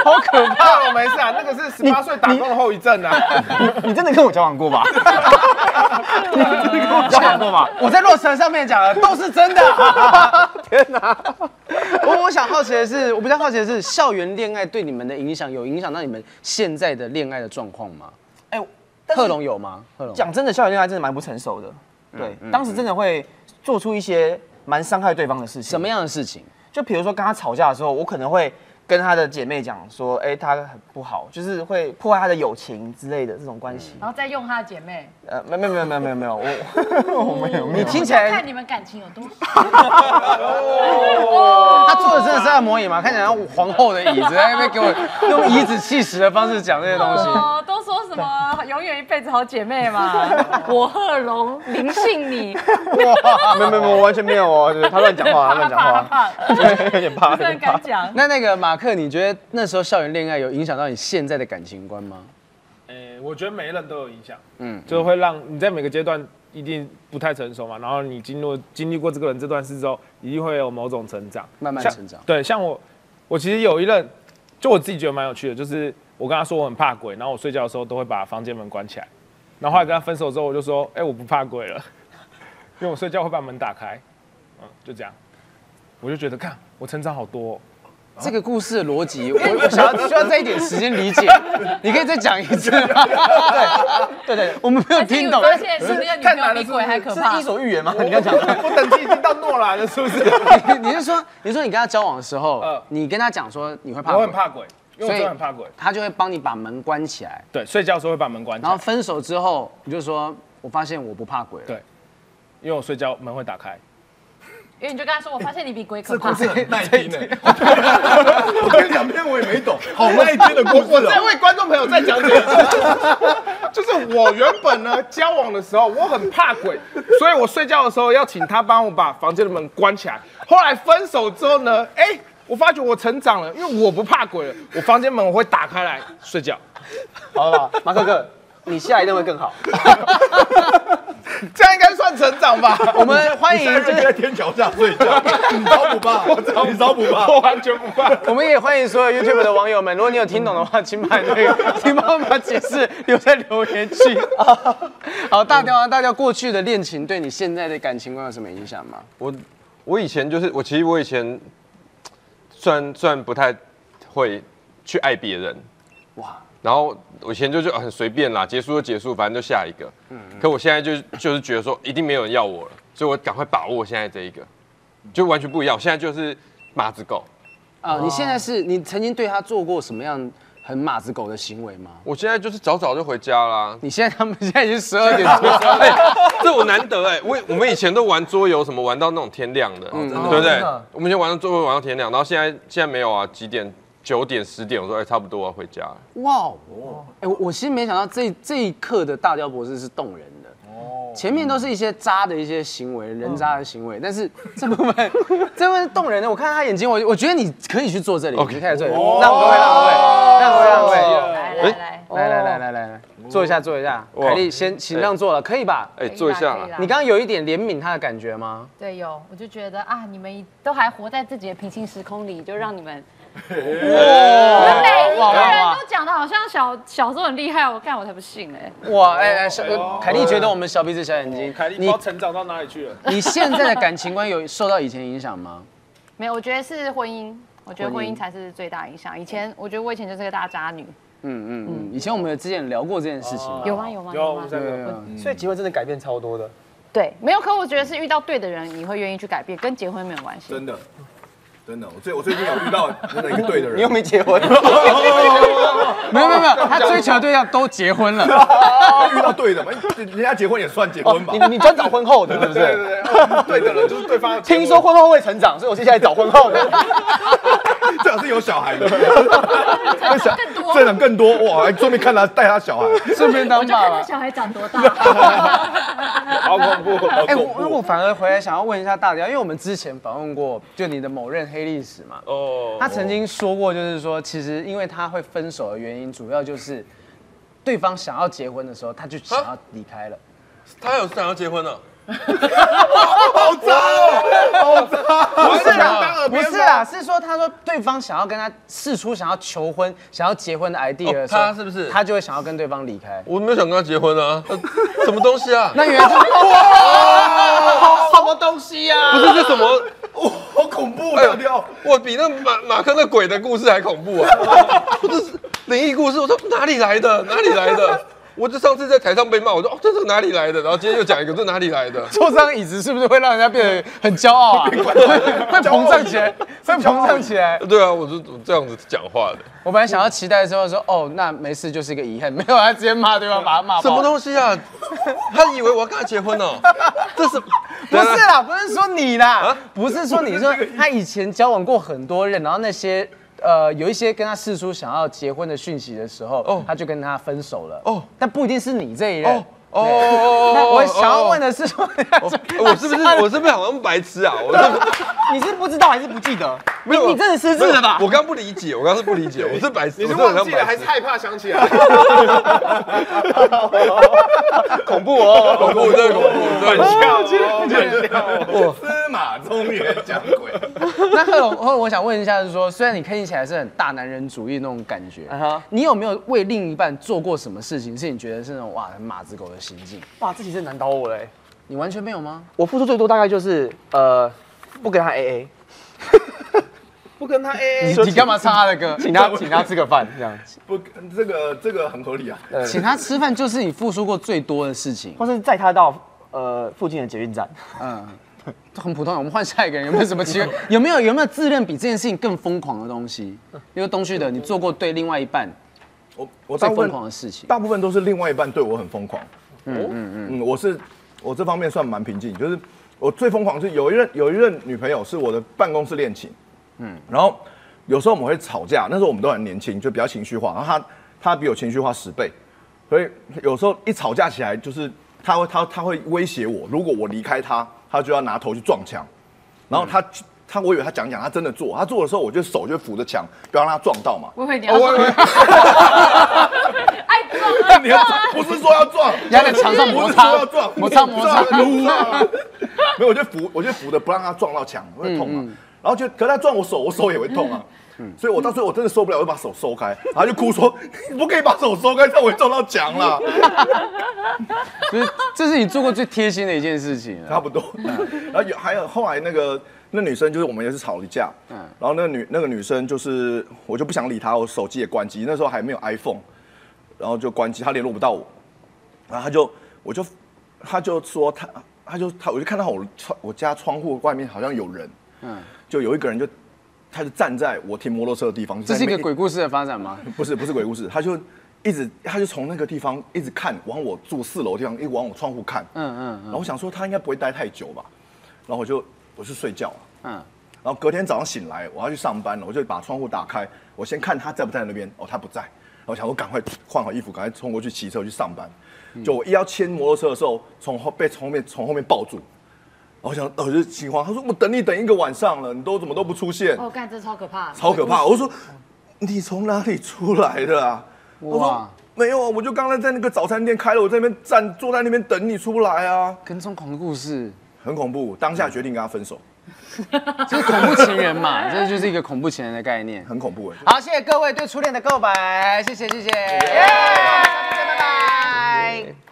Speaker 4: [laughs] 好可怕哦！没事啊，那个是十八岁打工的后遗症啊。
Speaker 3: 你真的跟我交往过 [laughs] 吧？你真的跟 [laughs] 我交往过吧？
Speaker 1: 我在洛神上面讲的都是真的。
Speaker 3: [laughs] 天哪！
Speaker 1: [laughs] 我我想好奇的是，我比较好奇的是，校园恋爱对你们的影响，有影响到你们现在的恋爱的状况吗？
Speaker 3: 哎，但是
Speaker 1: 贺龙有吗？贺龙
Speaker 3: 讲真的，校园恋爱真的蛮不成熟的。对，当时真的会做出一些蛮伤害对方的事情。
Speaker 1: 什么？样的事情？
Speaker 3: 就比如说跟他吵架的时候，我可能会跟他的姐妹讲说，哎、他很不好，就是会破坏他的友情之类的这种关系。
Speaker 8: 然后再用他的姐妹，
Speaker 3: 呃，没没有没有没有没有没有，我 [laughs] 我没有没有。
Speaker 1: 听起
Speaker 8: 看
Speaker 1: 来
Speaker 8: 你们感情有多
Speaker 3: [laughs]
Speaker 8: 深。
Speaker 1: 他坐的真的是按摩椅吗？看起来像皇后的椅子，在那边给我用颐指气使的方式讲这些东西。
Speaker 8: 哦，都说什么永远一辈子好姐妹
Speaker 3: [laughs]
Speaker 8: 嘛，我贺龙灵性你，
Speaker 3: 哇，没有没有没有，完全没有哦，就是他乱讲话，他乱讲
Speaker 8: 怕 [laughs] 了
Speaker 3: 话，
Speaker 8: 怕了，
Speaker 3: 对，有点怕，有
Speaker 8: 不然
Speaker 3: 点
Speaker 8: 敢
Speaker 3: 怕。
Speaker 8: 讲。
Speaker 1: [laughs] 那那个马克，你觉得那时候校园恋爱有影响到你现在的感情观吗？
Speaker 4: 诶，我觉得每一任都有影响，嗯，就会让你在每个阶段一定不太成熟嘛，然后你经过经历过这个人这段事之后，一定会有某种成长，
Speaker 1: 慢慢
Speaker 4: 像
Speaker 1: 成长
Speaker 4: 对，像我，我其实有一任，就我自己觉得蛮有趣的，就是我跟他说我很怕鬼，然后我睡觉的时候都会把房间门关起来，然后后来跟他分手之后，我就说，哎、我不怕鬼了， [laughs] 因为我睡觉会把门打开，嗯，就这样，我就觉得看我成长好多、哦。
Speaker 2: 啊
Speaker 1: 这个故事的逻辑，我我想要需要再一点时间理解。你可以再讲一
Speaker 2: [laughs]
Speaker 1: 次吗？对对对，我们没有
Speaker 8: 还是
Speaker 1: 听
Speaker 8: 你
Speaker 1: 懂。
Speaker 8: 发现你的女朋友比鬼还可怕
Speaker 3: 是伊。索寓言吗？你刚讲
Speaker 4: [laughs] 我等级已经到诺兰了，是不是？
Speaker 1: 你是说，你说你跟他交往的时候
Speaker 2: 呃
Speaker 4: 嗯，
Speaker 1: 你跟他讲说你会怕
Speaker 4: 我
Speaker 1: 鬼
Speaker 4: 很，怕鬼，因为我真的很怕鬼。
Speaker 1: 他就会帮你把门关起来，
Speaker 4: 对，睡觉的时候会把门关起
Speaker 1: 然后
Speaker 4: 来，
Speaker 1: 分手之后你就说，我发现我不怕鬼了。
Speaker 4: 对因为我睡觉门会打开。
Speaker 8: 因为你就跟他说，我发现你比鬼可怕。
Speaker 9: [laughs] 耐听呢。我跟两篇我也没懂，好耐听的故 [laughs] 事
Speaker 5: 这
Speaker 9: 哦。
Speaker 5: 位观众朋友再讲解一次，
Speaker 4: [laughs] 就是我原本呢交往的时候，我很怕鬼，所以我睡觉的时候要请他帮我把房间的门关起来。后来分手之后呢，哎、我发觉我成长了，因为我不怕鬼了，我房间门我会打开来睡觉。
Speaker 2: 好了，马克克，你下一任会更好。
Speaker 4: 这样应该算成长 [laughs] 吧？
Speaker 1: 我们欢迎
Speaker 9: 你现在
Speaker 1: 就
Speaker 9: 就是在天桥下睡 [laughs] 觉，你招不怕？你招不怕？
Speaker 4: 我完全不怕。
Speaker 1: [laughs] 我们也欢迎所有 YouTube 的网友们，如果你有听懂的话，请把那个，请帮我们把解释留在留言 [laughs] 区。好，大雕啊，大雕过去的恋情对你现在的感情观有什么影响吗？
Speaker 5: 我我以前就是我，其实我以前虽然虽然不太会去爱别人，
Speaker 1: 哇
Speaker 5: 哇，然后我以前就是很随便啦，结束就结束，反正就下一个。可我现在就就是觉得说，一定没有人要我了，所以我赶快把握现在这一个，就完全不一样。我现在就是马子狗，
Speaker 1: 啊、你现在是你曾经对他做过什么样很马子狗的行为吗？
Speaker 5: 我现在就是早早就回家啦。
Speaker 1: 你现在他们现在已经十二点多了，
Speaker 5: 哎、这我难得哎、我我们以前都玩桌游，什么玩到那种天亮的，对不对？我们以前玩到桌游玩到天亮，然后现在现在没有啊，几点？九点十点，我说哎、差不多我要回家了。
Speaker 1: 哇哦！哎、我我其实没想到这这一刻的大雕博士是动人的。前面都是一些渣的一些行为，人渣的行为，但是这部分这部分动人的，我看他眼睛，我我觉得你可以去坐这里，你看这里，让各位让各位让各位
Speaker 3: 哎
Speaker 1: 让各
Speaker 5: 哎
Speaker 1: 位，
Speaker 8: 哎来来来，
Speaker 1: 来来来来来来，坐一下坐一下，凯莉先请让座了，可以吧？
Speaker 5: 哎、
Speaker 8: 可以
Speaker 5: 坐一
Speaker 8: 啦
Speaker 5: 下
Speaker 8: 可以
Speaker 5: 啦
Speaker 8: 啦
Speaker 1: 你刚刚有一点怜悯他的感觉吗？
Speaker 8: 对有，我就觉得啊，你们都还活在自己的平行时空里，就让你们
Speaker 1: 哇
Speaker 8: 每一
Speaker 1: 哇
Speaker 8: 个人
Speaker 1: 哇
Speaker 8: 都讲的好像小小时候很厉害，我看我才不信哎。
Speaker 1: 哇！哎哎，小凯莉觉得我们小鼻子小眼睛，你
Speaker 4: 成长到哪里去了？
Speaker 1: 你现在的感情观有受到以前影响吗？
Speaker 8: 没有，我觉得是婚姻，我觉得
Speaker 1: 婚
Speaker 8: 婚
Speaker 1: 姻
Speaker 8: 姻才是最大影响。以前我觉得我以前就是个大渣女，
Speaker 1: 嗯嗯嗯，以前我们有之前聊过这件事情嘛。
Speaker 8: 有吗？有吗？
Speaker 4: 有我们三个。
Speaker 1: 对啊
Speaker 2: 所以结婚真的改变超多的。
Speaker 8: 对，没有。可我觉得是遇到对的人，你会愿意去改变，跟结婚没有关系。 [laughs]
Speaker 9: 真的，真的，我最我最近有遇到真的一个对的人，
Speaker 2: 没结婚？
Speaker 1: 没有没有没有，他追求的对象都结婚了。
Speaker 5: [laughs]
Speaker 9: 遇到对的嘛？哎人家结婚也算结婚吧？
Speaker 2: 你你专找婚后的，对不对？
Speaker 9: 哦对的人 [laughs] 就是对方的结婚，
Speaker 2: 听说婚后会成长，所以我现在找婚后的。
Speaker 9: 最好是有小 [laughs] 孩的，更多，这人更多哇！还顺便看他带他小孩，
Speaker 1: 顺便当爸爸。
Speaker 8: 小孩长多 [laughs] 大？
Speaker 9: 好恐怖，好
Speaker 1: [laughs] 哎、我我反而回来想要问一下大家，因为我们之前访问过，就你的某任黑历史嘛，
Speaker 5: 哦，
Speaker 1: 他曾经说过，就是说，其实因为他会分手的原因，主要就是对方想要结婚的时候，他就想
Speaker 5: 啊
Speaker 1: 要离开了。
Speaker 5: 他有想要结婚啊了。
Speaker 1: 不
Speaker 5: 啊
Speaker 1: 是啦，不是啦，是说他说对方想要跟他试出想要求婚、想要结婚的 idea 的时候，
Speaker 5: 哦他是不是
Speaker 1: 他就会想要跟对方离开？
Speaker 5: 我没有想跟他结婚啊，呃什么东西啊？
Speaker 1: 那原来是
Speaker 2: 什么东西呀、
Speaker 5: [laughs] 不是这什么？
Speaker 9: 好恐怖，
Speaker 5: 哎呦
Speaker 9: 大雕。
Speaker 5: 我比那马马克那鬼的故事还恐怖啊！ [laughs] 我这是灵异故事，我说哪里来的？哪里来的？ [laughs] 我就上次在台上被骂，我说哦，这是哪里来的？然后今天又讲一个，这哪里来的？
Speaker 1: 坐这张椅子是不是会让人家变得很骄傲
Speaker 5: [laughs]
Speaker 1: 啊？会膨胀起来，会膨胀起来。
Speaker 5: 对啊，我是我这样子讲话的。
Speaker 1: 我本来想要期待之后说，哦，那没事，就是一个遗憾。没有，他直接骂对方，把他骂爆。
Speaker 5: 什么东西啊？他以为我要跟他结婚
Speaker 1: [laughs]
Speaker 5: 哦？这是
Speaker 1: 不是啦，不是说你
Speaker 5: 啊
Speaker 1: 啦，不是说你
Speaker 5: [laughs]
Speaker 1: 说他以前交往过很多人，然后那些呃有一些跟他释出想要结婚的讯息的时候，
Speaker 5: 哦
Speaker 1: 他就跟他分手了。哦
Speaker 5: 哦，
Speaker 1: 但不一定是你这一任。
Speaker 5: 哦哦哦
Speaker 1: 那我想要问的是说， [laughs]
Speaker 5: 我是不是我是不是好像白痴啊？我是不是
Speaker 2: 你是不知道还是不记得？
Speaker 5: 没有，
Speaker 1: 你真的失智了吧
Speaker 5: 没有我刚不理解，我刚是不理解，我是白痴，你是忘记了还是害怕想 [laughs] 起来？恐怖哦，恐怖，真的恐怖，
Speaker 1: [laughs]
Speaker 5: 对，
Speaker 9: 司马中原讲鬼，
Speaker 1: [laughs] 那贺龙，贺我想问一下，就是说，虽然你看起来是很大男人主义那种感觉
Speaker 2: 哼
Speaker 1: 你有没有为另一半做过什么事情，是你觉得是那种哇很马子狗的行径？
Speaker 2: 哇，这其实难倒我嘞、
Speaker 1: 你完全没有吗？
Speaker 2: 我付出最多大概就是呃，不跟他 AA，
Speaker 4: 不跟他 A
Speaker 1: 你你干嘛唱他的歌？
Speaker 2: 请他请他吃个饭这样，
Speaker 9: 不，这个这个很合理啊。
Speaker 1: 请他吃饭就是你付出过最多的事情。
Speaker 2: 或是载他到呃附近的捷运站，
Speaker 1: 嗯，这很普通啊。我们换下一个人，有没有什么奇怪？有没有有没有自认比这件事情更疯狂的东西？因为东旭的，你做过对另外一半
Speaker 9: 我我大
Speaker 1: 最
Speaker 9: 部
Speaker 1: 疯
Speaker 9: 分
Speaker 1: 狂的事情，
Speaker 9: 大部分都是另外一半对我很疯狂。嗯嗯嗯，我是我这方面算蛮平静，就是我最疯狂是有一任有一任女朋友是我的办公室恋情，嗯，然后有时候我们会吵架，那时候我们都很年轻，就比较情绪化，然后她她比我情绪化十倍，所以有时候一吵架起来就是她会她她会威胁我，如果我离开她，她就要拿头去撞墙，然后她。她我以为她讲讲，她真的做。她做的时候，我就手就扶着墙，不要让她撞到嘛。
Speaker 8: 我以为你要说 [laughs] 爱撞啊
Speaker 9: [laughs] 你要撞，不是说要撞，
Speaker 1: [laughs] 压在墙上摩擦
Speaker 9: 不是说要撞，
Speaker 1: 摩擦摩擦
Speaker 9: 不是说要撸啊 [laughs] 没有，我就扶，我就扶的，不让他撞到墙，会痛
Speaker 1: 嗯
Speaker 9: 啊。然后就，可是他撞我手，我手也会痛啊。 [laughs] 所以我到最后我真的受不了，我就把手收开，然后就哭说：“ [laughs] 你不可以把手收开，这样我会撞到墙了。
Speaker 1: 就是这是你做过最贴心的一件事
Speaker 9: [laughs]
Speaker 1: 情”啊
Speaker 9: 差
Speaker 1: 了。
Speaker 9: 不多。然后有还有后来那个那女生就是我们也是吵了一架，
Speaker 1: 嗯
Speaker 9: 然后那个女那个女生就是我就不想理她，我手机也关机，那时候还没有 iPhone，然后就关机，她联络不到我，然后他就我就他就说他他就他我就看到我窗我家窗户外面好像有人，嗯，就有一个人就他就站在我停摩托车的地方，就
Speaker 1: 这
Speaker 9: 在
Speaker 1: 是
Speaker 9: 那
Speaker 1: 一个
Speaker 9: 边
Speaker 1: 鬼故事的发展吗？
Speaker 9: [laughs] 不是不是鬼故事，他就一直他就从那个地方一直看往我住四楼的地方，一直往我窗户看，嗯嗯，然后我想说他应该不会待太久吧，然后我就我去睡觉了，
Speaker 1: 嗯，
Speaker 9: 然后隔天早上醒来，我要去上班了，我就把窗户打开，我先看他在不在那边。哦，他不在，然后我想我赶快换好衣服，赶快冲过去骑车去上班。就我一要牵摩托车的时候，从后被从后面从后面抱住，然后我想，哦我就心慌。他说我等你等一个晚上了，你都怎么都不出现，
Speaker 8: 哦，干，这超可怕。
Speaker 9: 超可怕。我说你从哪里出来的啊？我说
Speaker 1: 哇，
Speaker 9: 没有啊，我就刚才在那个早餐店开了，我在那边站坐在那边等你出来啊，
Speaker 1: 跟踪狂的故事，
Speaker 9: 很恐怖。当下决定跟他分手，
Speaker 1: 这是恐怖情人嘛？这就是一个恐怖情人的概念。
Speaker 9: 很恐怖哎、
Speaker 1: 好，谢谢各位对初恋的购买，谢谢谢谢，耶，下次见，拜拜。